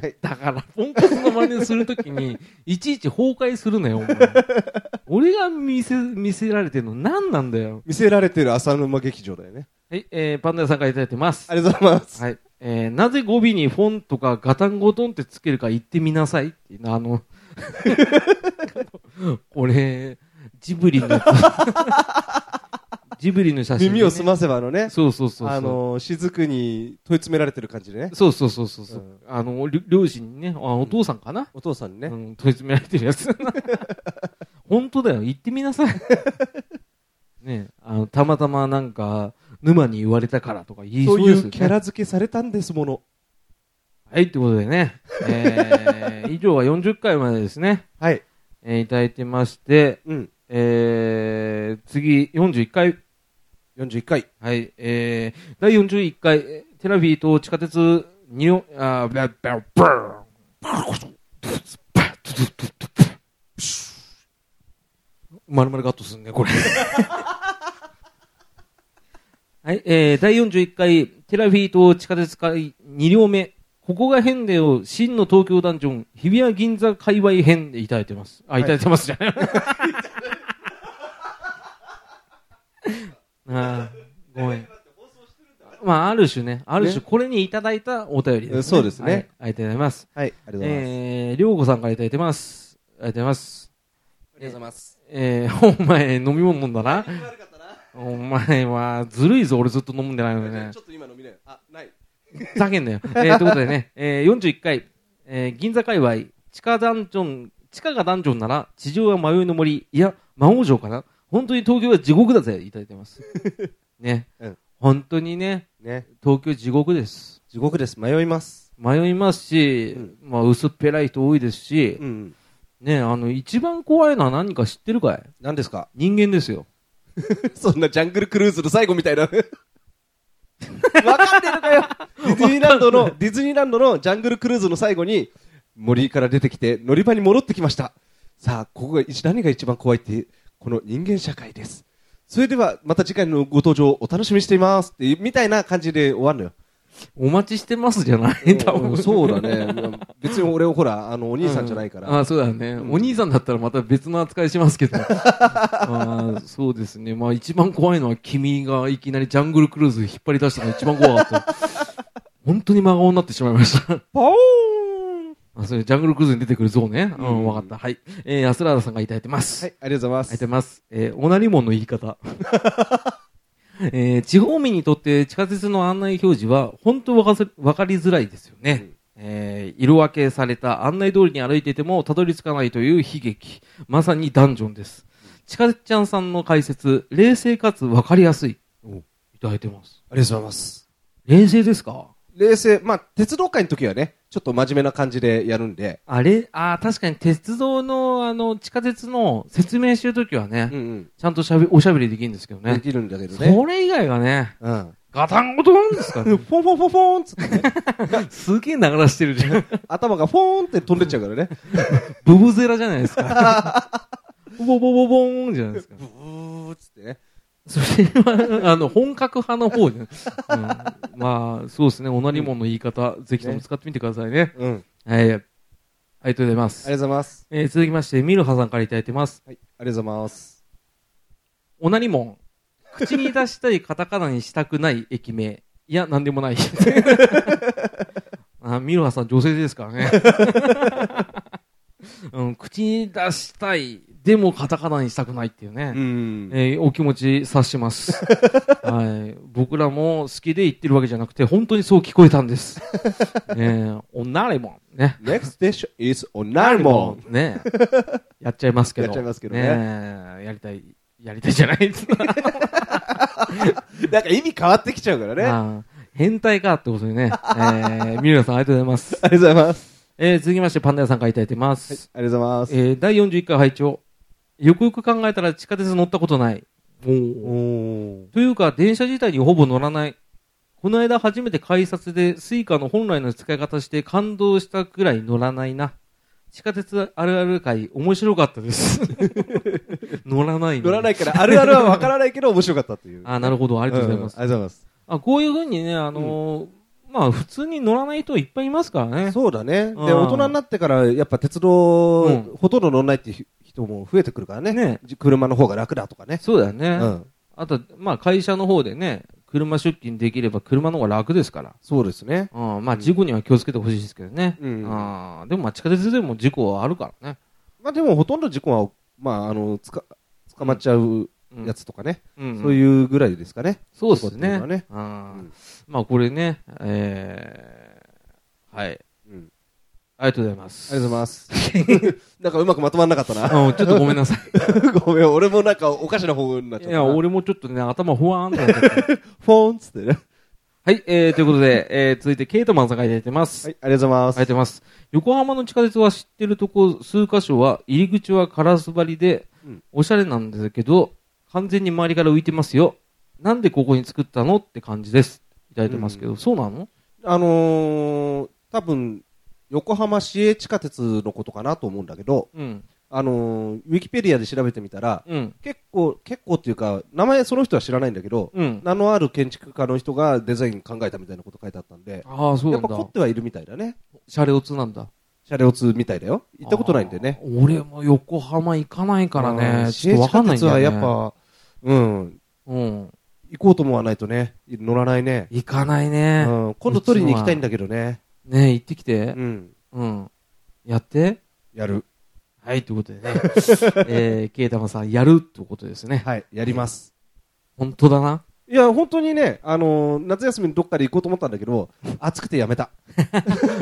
Speaker 2: はい。
Speaker 1: だから、ポンコツの真似するときに、いちいち崩壊するなよ、 お前俺が見せ、見せられてるの何なんだよ。
Speaker 2: 見せられてる浅沼劇場だよね。
Speaker 1: はい、えー、パンダさんからいただいてます。
Speaker 2: ありがとうございます。
Speaker 1: はい。えー、なぜ語尾にフォンとかガタンゴトンってつけるか言ってみなさいっていうのあの、 これ、ジブリの やつ、ジブリの写真でね、
Speaker 2: 耳をすませばのね、
Speaker 1: そうそうそうそう。
Speaker 2: あのー、雫に問い詰められてる感じでね。
Speaker 1: そうそうそうそうそう。
Speaker 2: うん
Speaker 1: あの、りょ両親にね、あお父さんかな、
Speaker 2: お父さんに
Speaker 1: う
Speaker 2: ね。
Speaker 1: ん、問い詰められてるや つ。本当だよ、言ってみなさい。ねあの、たまたまなんか、沼に言われたからとか言いそう
Speaker 2: そ
Speaker 1: うで
Speaker 2: い
Speaker 1: すよ
Speaker 2: う
Speaker 1: ね。
Speaker 2: キャラ付けされたんですもの。
Speaker 1: はい、ということでね、えー、以 上が40回までですね、
Speaker 2: はい。
Speaker 1: えーいただいてまして、
Speaker 2: うん。
Speaker 1: えー、次、41回、
Speaker 2: 41回。
Speaker 1: はい、えー、第41回、えーテラビーと地下鉄にお、あー、バッバッバーン まるまるガットすんね、これ。 はい、えー、第41回、テラフィーと地下鉄会2両目、ここが変だよ、真の東京ダンジョン、日比谷銀座界隈編でいただいてます。あ、
Speaker 2: い
Speaker 1: いただいてますじゃ ない。 あーごめん。まあ、ある種ね、ある種、
Speaker 2: ね
Speaker 1: これにいただいたお便りです、ね。
Speaker 2: そうです
Speaker 1: は
Speaker 2: ね
Speaker 1: い。ありがとうございます。
Speaker 2: はい。ありがとうございます。
Speaker 1: えー、りょうごさんからいただいてます。ありがとうございます。
Speaker 2: ありがとうございます。
Speaker 1: えー、お前、飲み物飲んだな。お前は、ずるいぞ、俺ずっと飲んでないのにね
Speaker 2: ち。ょっと今の見ない。あ、ない。
Speaker 1: ふざけんなよ。えー、ということでね、えー、41回、えー、銀座界隈、地下ダンジョン、地下がダンジョンなら、地上は迷いの森、いや、魔王城かな。本当に東京は地獄だぜ、いただいてます。ね。
Speaker 2: うん
Speaker 1: 本当にね、
Speaker 2: ね。
Speaker 1: 東京地獄です。
Speaker 2: 地獄です。迷います。
Speaker 1: 迷いますし、
Speaker 2: うん
Speaker 1: まあ、薄っぺらい人多いですし、
Speaker 2: うん。
Speaker 1: ねあの、一番怖いのは何か知ってるかい
Speaker 2: 何ですか
Speaker 1: 人間ですよ。
Speaker 2: そんなジャングルクルーズの最後みたい な。わかってるか よディズニーランドの、ディズニーランドのジャングルクルーズの最後に、森から出てきて乗り場に戻ってきました。さあ、ここが一、何が一番怖いって、この人間社会です。それでは、また次回のご登場お楽しみにしていますっていう、みたいな感じで終わるのよ。
Speaker 1: お待ちしてますじゃない多分。
Speaker 2: そうだね。別に俺をほら、あの、お
Speaker 1: お
Speaker 2: 兄さんじゃないから。
Speaker 1: あそうだね、お兄さんだったらまた別の扱いします けど。あーそうですね。まあ一番怖いのは君がいきなりジャングルクルーズ引っ張り出したのが一番怖かった。本当に真顔になってしまいました。
Speaker 2: パオーン
Speaker 1: あそれジャングルクルーズに出てくる像ね。う、
Speaker 2: うんん
Speaker 1: わかった。はい。えー、安原さんがいただいてます。
Speaker 2: はい、ありがとうござ
Speaker 1: ありが
Speaker 2: い
Speaker 1: と
Speaker 2: ま
Speaker 1: うございます。えー、おなりもんの言い方。 えー、地方民にとって地下鉄の案内表示は本当わかせわかりづらいですよね。えー色分けされた案内通りに歩いていてもたどり着かないという悲劇。まさにダンジョンです。ちかちゃんさんの解説、冷静かつわかりやすい。
Speaker 2: お
Speaker 1: いただいてます。
Speaker 2: す。ありがとうございます。
Speaker 1: 冷静ですか
Speaker 2: 冷静、まあ、鉄道会の時はね、ちょっと真面目な感じでやるんで、
Speaker 1: あれ、ああ、確かに鉄道の、あの、地下鉄の説明してるときはね、
Speaker 2: うんうん
Speaker 1: ちゃんとしゃべ、おしゃべりできるんですけど
Speaker 2: で
Speaker 1: ね。
Speaker 2: きるんだけどね。
Speaker 1: それ以外がね、
Speaker 2: うん。
Speaker 1: ガタンゴトンですから
Speaker 2: フォ
Speaker 1: ね
Speaker 2: ン。フォンフォンフォンっつってね、
Speaker 1: すげえ流らしてるじゃん。
Speaker 2: 頭がフォーンって飛んでっちゃうからね。
Speaker 1: ブブゼラじゃないですか。 ボボボボーンじゃないですか。
Speaker 2: ブーっつってね。
Speaker 1: それは、あの、本格派の方じゃない、うん、まあ、そうですね。おなりもんの言い方、ぜひとも使ってみてくださいね。
Speaker 2: うん。あり
Speaker 1: はい。ありがとうございま
Speaker 2: がとう
Speaker 1: す。
Speaker 2: ございます。
Speaker 1: えー続きまして、ミルハさんからいただいてます。
Speaker 2: はい。ありがとうございます。
Speaker 1: おなりもん。口に出したいカタカナにしたくない駅名。いや、なんで もない。あミルハさん女性です からね、うん。口に出したい。でもカタカナにしたくないっていうね。
Speaker 2: うん。
Speaker 1: えーお気持ち察し ます。はい。僕らも好きで言ってるわけじゃなくて、本当にそう聞こえたん です。えー、おなれもん。ね。
Speaker 2: Next station is オナルモン。
Speaker 1: ン。ね。やっちゃいますけど。
Speaker 2: やっちゃいますけどね
Speaker 1: えやりたい、やりたいじゃないですか。
Speaker 2: なんか意味変わってきちゃうからね。あ
Speaker 1: あー変態かってことでね。えー、ミルナさんありがとうございます。
Speaker 2: りがとうございます。
Speaker 1: えー、続きましてパンダ屋さんからいただいてます。
Speaker 2: ありがとうございます。
Speaker 1: えー、第41回拝聴よくよく考えたら地下鉄乗ったことない。
Speaker 2: おー。
Speaker 1: というか、電車自体にほぼ乗らない。この間初めて改札でスイカの本来の使い方して感動したくらい乗らないな。地下鉄あるある回面白かった です。乗らない。
Speaker 2: 乗らないいから、あるあるは分からないけど面白かったっていう。
Speaker 1: あー、なるほど。あ
Speaker 2: あ
Speaker 1: りがとうございます。
Speaker 2: ありがとうござい
Speaker 1: あ、こういうふうにね、あのーまあ、普通に乗らない人いっぱいいますから
Speaker 2: ま
Speaker 1: ね
Speaker 2: す。。そうだね。で、
Speaker 1: うん
Speaker 2: 大人になってから、やっぱ鉄道、
Speaker 1: うん
Speaker 2: ほとんど乗らないっていう人も増えてくるからね。
Speaker 1: ね
Speaker 2: じ車の方が楽だとかね。
Speaker 1: そうだよね。
Speaker 2: うん。
Speaker 1: あと、まあ、会社の方でね、車出勤できれば車の方が楽ですから。
Speaker 2: そうですね。
Speaker 1: うん、まあ、事故には気をつけてほしいですけどね。
Speaker 2: うん
Speaker 1: あーでも、まあ、地下鉄でも事故はあるからね。
Speaker 2: まあでも、ほとんど事故は、まあ、あの、つか、捕まっちゃう
Speaker 1: うん
Speaker 2: やつとかね。
Speaker 1: うん、
Speaker 2: そういうぐらいですかね。
Speaker 1: そうです
Speaker 2: 事故っていう
Speaker 1: ね
Speaker 2: のはね
Speaker 1: あー
Speaker 2: うん
Speaker 1: まあ、これね、えー、はい。
Speaker 2: うん
Speaker 1: ありがとうございます。
Speaker 2: ありがとうござ います。なんかうまくまとまらなかったな。
Speaker 1: うんちょっとごめんなさい。
Speaker 2: ごめん、俺もなんかおかしな方になっちゃっ
Speaker 1: い
Speaker 2: た。
Speaker 1: や、、俺もちょっとね、頭ふわーんとなっちゃった。
Speaker 2: フォーンっつってね。
Speaker 1: はい、えー、ということで、えー、続いて、ケイトマンさんがいただいてます。
Speaker 2: はい、ありがとうございます。
Speaker 1: ありがとうございます。横浜の地下鉄は知ってるとこ、数箇所は、入り口はカラス張りで
Speaker 2: うん、
Speaker 1: おしゃれなんですけど、完全に周りから浮いてますよ。なんでここに作ったのって感じです。いただいてますけど、そうなの
Speaker 2: あのー、多分、横浜市営地下鉄のことかなと思うんだけど、
Speaker 1: うん。
Speaker 2: あのー、ウィキペディアで調べてみたら、
Speaker 1: うん。
Speaker 2: 結構、結構っていうか、名前その人は知らないんだけど、
Speaker 1: うん。
Speaker 2: 名のある建築家の人がデザイン考えたみたいなこと書いてあったんで、
Speaker 1: ああ、そうな
Speaker 2: やっ
Speaker 1: ん
Speaker 2: ぱ
Speaker 1: だ
Speaker 2: 凝っ。てはいるみたいだね。
Speaker 1: シャレオツなんだ。
Speaker 2: 車両通みたいだよ。行ったことないんでね。
Speaker 1: あー。俺も横浜行かないから
Speaker 2: うん
Speaker 1: ね、
Speaker 2: 市
Speaker 1: ちょっ
Speaker 2: 営
Speaker 1: とわ
Speaker 2: 地
Speaker 1: か
Speaker 2: 下
Speaker 1: んないんだ
Speaker 2: 鉄
Speaker 1: よ
Speaker 2: は
Speaker 1: ね。
Speaker 2: やっぱ、うん、
Speaker 1: うん。
Speaker 2: 行こうと思わないとね、乗らないね。
Speaker 1: 行かないね。
Speaker 2: うん、今度取りに行きたいんだけどね。
Speaker 1: ね行ってきて
Speaker 2: う。ん。
Speaker 1: うん。やって。
Speaker 2: やる。
Speaker 1: はい、というこ とでね。えー、ケイタマさん、やるってことですね。
Speaker 2: はい、やります。
Speaker 1: 本当だな。
Speaker 2: いや、本当にね、あのー夏休みにどっかで行こうと思ったんだけど、暑くてやめた。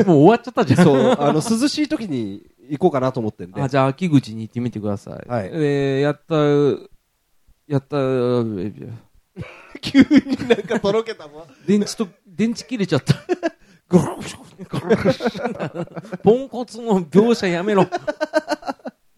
Speaker 1: もう終わっちゃったじゃん。
Speaker 2: そう、あの、涼しい時に行こうかなと思ってんで。
Speaker 1: あ、じゃあ、秋口に行ってみてください。
Speaker 2: はい
Speaker 1: えー、やった、やった、
Speaker 2: 急になんかとろけたもん。
Speaker 1: 電池と、電池切れち ゃった。ゴロゴロゴロゴロポンコツの描写やめろ。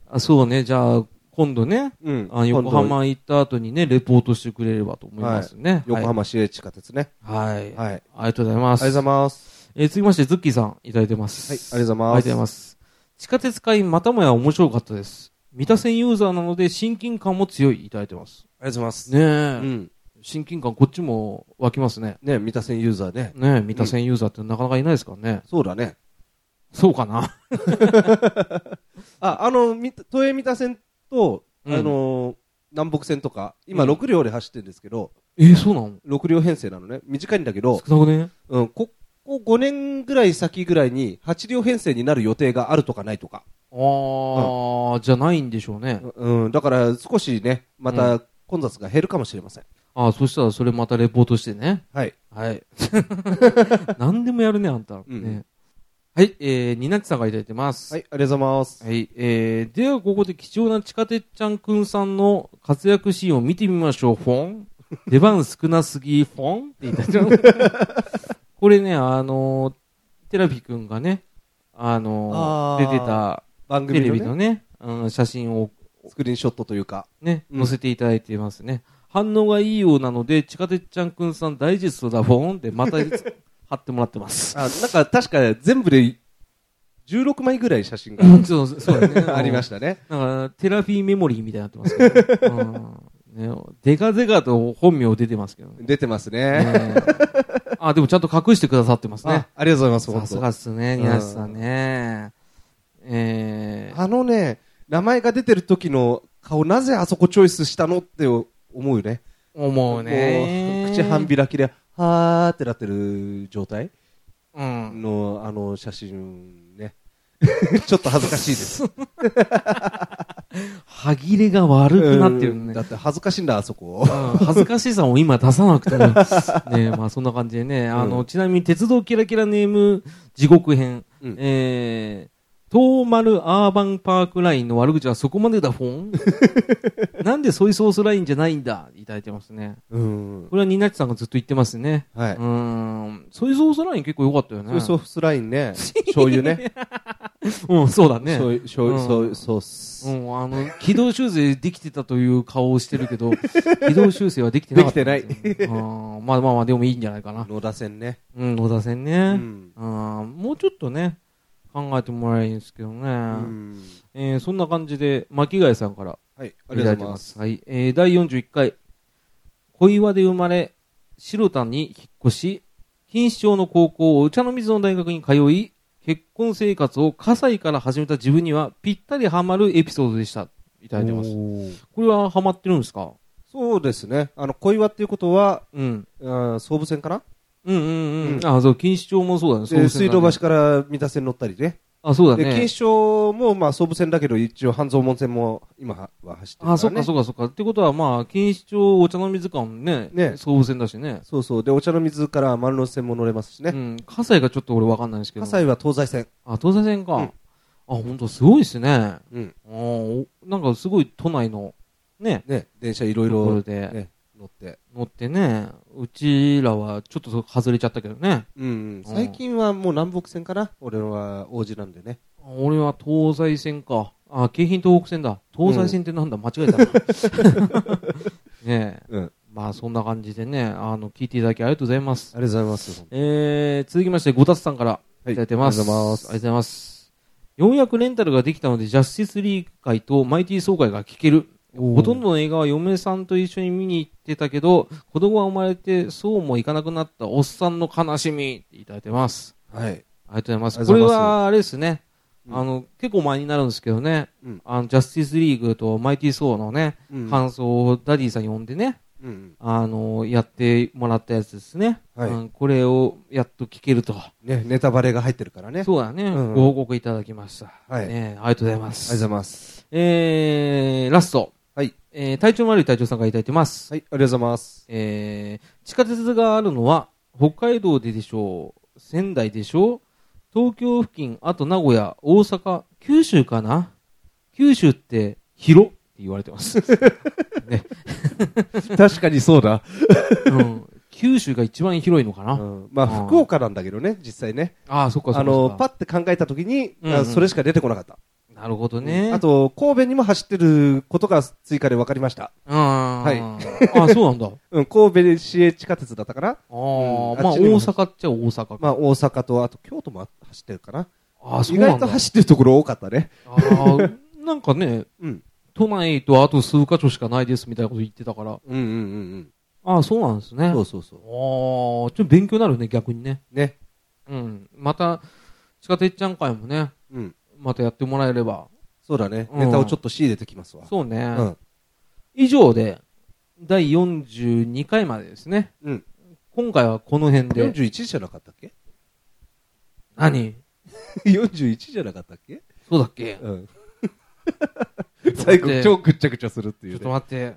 Speaker 1: あ、そうね。じゃあ、今度ね、
Speaker 2: うん。
Speaker 1: あ横
Speaker 2: 今度。
Speaker 1: 浜行った後にね、レポートしてくれればと思いますね。
Speaker 2: 横浜市営地下鉄ね。
Speaker 1: はい。はい。
Speaker 2: はい。あり
Speaker 1: ありがとうございま
Speaker 2: が
Speaker 1: す。
Speaker 2: とうございます。
Speaker 1: えー続きまして、ズッキーさん、いただいてま
Speaker 2: はい、あり
Speaker 1: す。
Speaker 2: がとうござい
Speaker 1: ありがと
Speaker 2: ます。
Speaker 1: うございます。地下鉄会、またもや面白かったです。三田線ユーザーなので、親近感も強い、いただいてます。
Speaker 2: ありがとうございます。
Speaker 1: ねえ、
Speaker 2: うん。
Speaker 1: 親近感、こっちも湧きますね。
Speaker 2: ね、三田線ユーザーね。
Speaker 1: ねえ、三田線ユーザーってなかなかいないですからね。
Speaker 2: そうだね。
Speaker 1: そうかな。
Speaker 2: あ、あの、み都営三田線と、
Speaker 1: うん
Speaker 2: あのー南北線とか、今
Speaker 1: うん
Speaker 2: 6両で走ってるんですけど、
Speaker 1: えー、そうなの
Speaker 2: 6両編成なのね。短いんだけど、
Speaker 1: 少なくね
Speaker 2: うん、ここ5年ぐらい先ぐらいに8両編成になる予定があるとかないとか。
Speaker 1: あー、じゃないんでしょうね。
Speaker 2: うん、だから少しね、ま
Speaker 1: う
Speaker 2: た混雑が減るかもしれません。
Speaker 1: あー、そしたらそれまたレポートしてね。
Speaker 2: はい。
Speaker 1: はい。何でもやるね、あんた。
Speaker 2: うん
Speaker 1: ねはい、えー、ニナッチさんがいただいてます。
Speaker 2: はい、ありがとうございます。
Speaker 1: はい、えー、ではここで貴重な地下鉄ちゃんくんさんの活躍シーン を見てみましょう、フォン。出番少なすぎ、フォンって言ったじゃん。これね、あのーテラビ君がね、あ
Speaker 2: あ
Speaker 1: のー
Speaker 2: ー
Speaker 1: 出てた
Speaker 2: 番
Speaker 1: テ
Speaker 2: 組
Speaker 1: レビ
Speaker 2: の
Speaker 1: の
Speaker 2: ね
Speaker 1: ね、うん、写真を
Speaker 2: スクリーンショットというか
Speaker 1: ね、
Speaker 2: うん
Speaker 1: 載せていただいていますね。反応がいいようなので、ちかてちゃんくんさんダイジェストだ、ボーンってまた貼ってもらって ます。
Speaker 2: あなんか確か全部で16枚ぐらい写真が
Speaker 1: そうそうだね
Speaker 2: ありましたね
Speaker 1: なんか、テラフィーメモリーみたいになってますけど、 うんね、デカゼカと本名出てますけどね。
Speaker 2: 出てますね
Speaker 1: ねあ、でもちゃんと隠してくださってますね
Speaker 2: あ。ありがとうございま
Speaker 1: さ
Speaker 2: す
Speaker 1: す
Speaker 2: 本
Speaker 1: がっすね、
Speaker 2: うん
Speaker 1: ニナシさんね。え
Speaker 2: 当
Speaker 1: ー、
Speaker 2: あのね名前が出てる時の顔なぜあそこチョイスしたのって思うよね
Speaker 1: 思うね
Speaker 2: こ。う口半開きではーってなってる状態
Speaker 1: うん。
Speaker 2: のあの写真 ねちょっと恥ずかしい です
Speaker 1: 歯切れが悪くなってる
Speaker 2: うん
Speaker 1: ね
Speaker 2: だ。って恥ずかしいんだあそこ
Speaker 1: うん恥ずかしさを今出さな くても。ねまあそんな感じでね。あ
Speaker 2: う
Speaker 1: の、ちなみに鉄道キラキラネーム地獄編。
Speaker 2: うん
Speaker 1: えー東丸アーバンパークラインの悪口はそこまでだフォン なんでソイソースラインじゃないんだいただいてますね。
Speaker 2: うん
Speaker 1: これはニナッチさんがずっと言ってますね。
Speaker 2: はいう
Speaker 1: ーん。ソイソースライン結構良かったよね。
Speaker 2: そういうソースライ ンね醤油ね
Speaker 1: うん、そうだね。
Speaker 2: 醤油、醤油、
Speaker 1: うん
Speaker 2: そういうソース。
Speaker 1: うん、あの、軌道修正できてたという顔をしてるけど、軌道修正はできてなかったんですよね。
Speaker 2: できてない
Speaker 1: うんまあまあまあ、でもいいんじゃないかな。
Speaker 2: 野田線ね。
Speaker 1: うん、野田線ね。
Speaker 2: うん
Speaker 1: うんもうちょっとね、考えてもらえばいいんですけどね。
Speaker 2: うん
Speaker 1: えーそんな感じで、巻貝さんから
Speaker 2: はい、あ
Speaker 1: い
Speaker 2: り
Speaker 1: ただいて
Speaker 2: がとうござい
Speaker 1: ま
Speaker 2: ます。
Speaker 1: す。はい。えー、第41回、小岩で生まれ、白田に引っ越し、錦糸町の高校をお茶の水の大学に通い、結婚生活を葛西から始めた自分にはぴったりハマるエピソードでした。いただいてます。
Speaker 2: ます。
Speaker 1: これはハマってるんですか
Speaker 2: そうですね。あの、小岩っていうことは、
Speaker 1: うん。
Speaker 2: あー総武線かな
Speaker 1: うんうんうん。
Speaker 2: うん
Speaker 1: あ、そう、錦糸町もそうだね。そう
Speaker 2: で
Speaker 1: ですね
Speaker 2: 水道橋から三田線乗ったりね。
Speaker 1: あ、そうだ
Speaker 2: で、
Speaker 1: ね。
Speaker 2: 錦糸町も、まあ、総武線だけど、一応、半蔵門線も今はは走ってるから、ね。
Speaker 1: あ、そっかそっかそっか。ってことは、まあ、錦糸町お茶の水館ね、
Speaker 2: ね
Speaker 1: 総武線だしね。
Speaker 2: そうそう。で、お茶の水から丸の内線も乗れますし
Speaker 1: う
Speaker 2: ね。
Speaker 1: ん。葛西がちょっと俺わかんないんですけど。
Speaker 2: 葛西は東西線。
Speaker 1: あ、東西線か。
Speaker 2: うん
Speaker 1: あ、本当すごいですね。あ
Speaker 2: うん。
Speaker 1: ーおなんかすごい都内の、ね、
Speaker 2: ね、電車いろい
Speaker 1: ところ
Speaker 2: ろ、
Speaker 1: で
Speaker 2: ね、乗って。
Speaker 1: 乗ってね、うちらはちょっと外れちゃったけどね。
Speaker 2: うん。最近はもう南北線かな俺は王子なんでね。
Speaker 1: あ俺は東西線か。あ、京浜東北線だ。東西線ってなんだ、間違えたな。 ねえ。
Speaker 2: うん。あり
Speaker 1: まあそんな感じでね、あの、聞いていただきありがとうございます。
Speaker 2: がとうございます。
Speaker 1: えー、続きまして、ごたつさんから
Speaker 2: はい
Speaker 1: いただいてます。
Speaker 2: ありがとうございます
Speaker 1: ありがとうございます。ようやくレンタルができたので、ジャスティスリーグ会とマイティ総会が聞ける。
Speaker 2: おー
Speaker 1: ほとんどの映画は嫁さんと一緒に見に行ってたけど、子供が生まれてそうもいかなくなったおっさんの悲しみっていただいてます。
Speaker 2: は
Speaker 1: あ
Speaker 2: い。
Speaker 1: りがとうございます。
Speaker 2: あり
Speaker 1: こ
Speaker 2: が
Speaker 1: れ
Speaker 2: とうございます
Speaker 1: は、あれですね。
Speaker 2: うん
Speaker 1: あの、結構前になるんですけどね。
Speaker 2: うん
Speaker 1: あの、ジャスティスリーグとマイティソーのね、
Speaker 2: うん
Speaker 1: 感想をダディさん呼んでね、
Speaker 2: うん。
Speaker 1: あの、やってもらったやつですね。
Speaker 2: はい
Speaker 1: うんこれをやっと聞けると。
Speaker 2: ね、ネタバレが入ってるからね。
Speaker 1: そうだね、
Speaker 2: うん
Speaker 1: ご報告いただきました。
Speaker 2: はい
Speaker 1: ねありがとうございま
Speaker 2: ありがとうご
Speaker 1: す。
Speaker 2: ざいます。
Speaker 1: えー、ラスト。
Speaker 2: はい。
Speaker 1: えー、体調の悪い隊長さんがいただいてます。
Speaker 2: はい、ありがとうございます。
Speaker 1: えー、地下鉄があるのは、北海道ででしょう、仙台でしょう、東京付近、あと名古屋、大阪、九州かな九州って、広って言われてます。 ね、
Speaker 2: 確かにそうだ。
Speaker 1: うん。九州が一番広いのかな、
Speaker 2: うんまあ、
Speaker 1: うん
Speaker 2: 福岡なんだけどね、実際ね。
Speaker 1: ああ、そっかそっかそっか。
Speaker 2: あの、パッて考えたときに、
Speaker 1: うんうん
Speaker 2: あそれしか出てこなかった。
Speaker 1: なるほどね。
Speaker 2: あ、と、神戸にも走ってることが追加で分かりました。
Speaker 1: あ
Speaker 2: はい
Speaker 1: ーあ、そうなんだ。あ
Speaker 2: うん、神戸市営地下鉄だったかな
Speaker 1: あー、
Speaker 2: うん
Speaker 1: まあ大
Speaker 2: あっちにも
Speaker 1: 阪っちゃ大阪か。
Speaker 2: まあ、大阪と、あと京都も走ってるかな
Speaker 1: ああ、そ
Speaker 2: 意
Speaker 1: うな
Speaker 2: 外
Speaker 1: んだ。
Speaker 2: と走ってるところ多かったね。
Speaker 1: あーなんかね、
Speaker 2: うん。
Speaker 1: 都内とあと数カ所しかないですみたいなこと言ってたから。
Speaker 2: うんうんうん
Speaker 1: ああ、そうなんですね。
Speaker 2: う
Speaker 1: あ
Speaker 2: ん。
Speaker 1: あ
Speaker 2: そうそうそ
Speaker 1: ー、ちょっと勉強になるね、逆にね。
Speaker 2: う。ね。
Speaker 1: うん。また、地下鉄ちゃん会もね、
Speaker 2: うん。
Speaker 1: またやってもらえれば。
Speaker 2: そうだね。
Speaker 1: うん
Speaker 2: ネタをちょっと仕入れてきますわ。
Speaker 1: そうね。
Speaker 2: うん。
Speaker 1: 以上で、第42回までですね。
Speaker 2: うん。
Speaker 1: 今回はこの辺で。
Speaker 2: 41じゃなかったっ け
Speaker 1: 何
Speaker 2: ?41 じゃなかったっけ
Speaker 1: そうだっけ
Speaker 2: うん。 最後、超ぐっちゃぐちゃするってい
Speaker 1: ちょっ
Speaker 2: う、
Speaker 1: と待 って。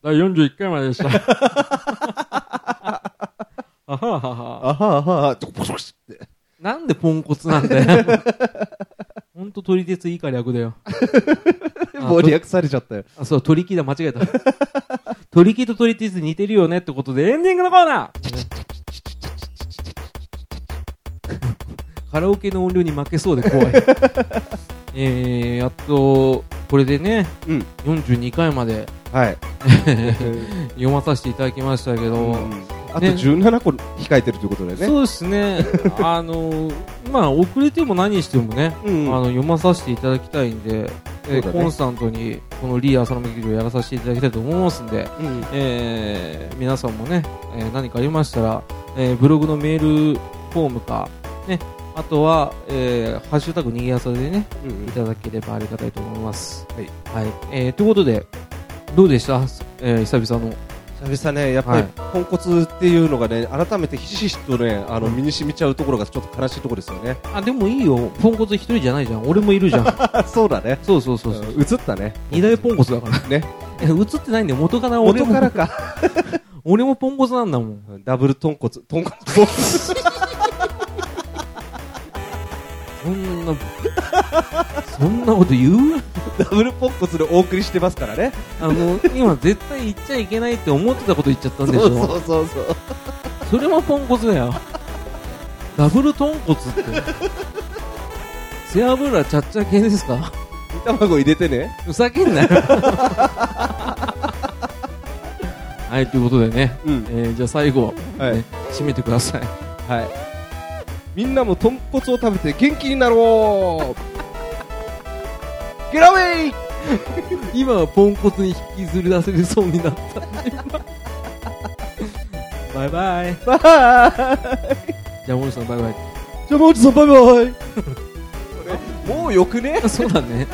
Speaker 1: 第41回までで した。あははは
Speaker 2: あはあはあ、ドボショシって。
Speaker 1: なんでポンコツ なんだよ。ほんと取り鉄以下略だよ。 あ
Speaker 2: もうリアクされちゃったよ。
Speaker 1: あ、そう、取り木だ、間違えた。 取り木と取り鉄似てるよねってことでエンディングのコーナーカラオケの音量に負けそう で怖い。えー、やっと、これでね、
Speaker 2: うん
Speaker 1: 42回まで
Speaker 2: はい。
Speaker 1: 読まさせていただきましたけど、
Speaker 2: うんあと17個控えてるということだよね。
Speaker 1: そうですね、 あの、まあ、遅れても何してもね、
Speaker 2: うん
Speaker 1: あの読まさせていただきたいんで、えー
Speaker 2: そうだね
Speaker 1: コンスタントにこのリー・アサノメ劇場をやらさせていただきたいと思いますんで、
Speaker 2: うん
Speaker 1: えー皆さんもね、えー何かありましたら、えーブログのメールフォームか、ね、あとは、えーハッシュタグ逃げ朝でね、
Speaker 2: うん
Speaker 1: いただければありがたいと思います。
Speaker 2: はい。
Speaker 1: はい。えーということで、どうでしたえー久々の。
Speaker 2: 久々ね、やっぱり
Speaker 1: はい
Speaker 2: ポンコツっていうのがね、改めてひしひしとね、あの
Speaker 1: うん
Speaker 2: 身に染みちゃうところがちょっと悲しいところですよね。
Speaker 1: あ、でもいいよ。ポンコツ一人じゃないじゃん。俺もいるじ ゃん。
Speaker 2: そうだね。
Speaker 1: そうそうそうそう。
Speaker 2: 映ったね。
Speaker 1: 二大ポンコツだから。
Speaker 2: ね。
Speaker 1: え映ってないんだよ。元から俺
Speaker 2: 元
Speaker 1: も。
Speaker 2: からか。
Speaker 1: 俺もポンコツなんだもん。
Speaker 2: ダブルトンコツ。トンコ ツ。
Speaker 1: そんな、 そんなこと言う
Speaker 2: ダブルポンコツでお送りしてますからね。
Speaker 1: あの、今絶対言っちゃいけないって思ってたこと言っちゃったんでしょ。
Speaker 2: そうそうそうそう。
Speaker 1: それもポンコツだよ。ダブルトンコツって。背脂ちゃっちゃ系ですか
Speaker 2: 煮卵入れてね。
Speaker 1: ふざけ んなよ。はい、ということでね。
Speaker 2: うん
Speaker 1: えーじゃあ最後、
Speaker 2: はい
Speaker 1: ね締めてください。
Speaker 2: はい。みんなも豚骨を食べて元気になろ うゲラウェイ
Speaker 1: 今はポンコツに引きずり出せるそうになった。バイバイ。
Speaker 2: バイバイ
Speaker 1: じゃあ、森さんバイバイ。
Speaker 2: じゃあ、もうちさんバイバイもうよくね
Speaker 1: そうだね。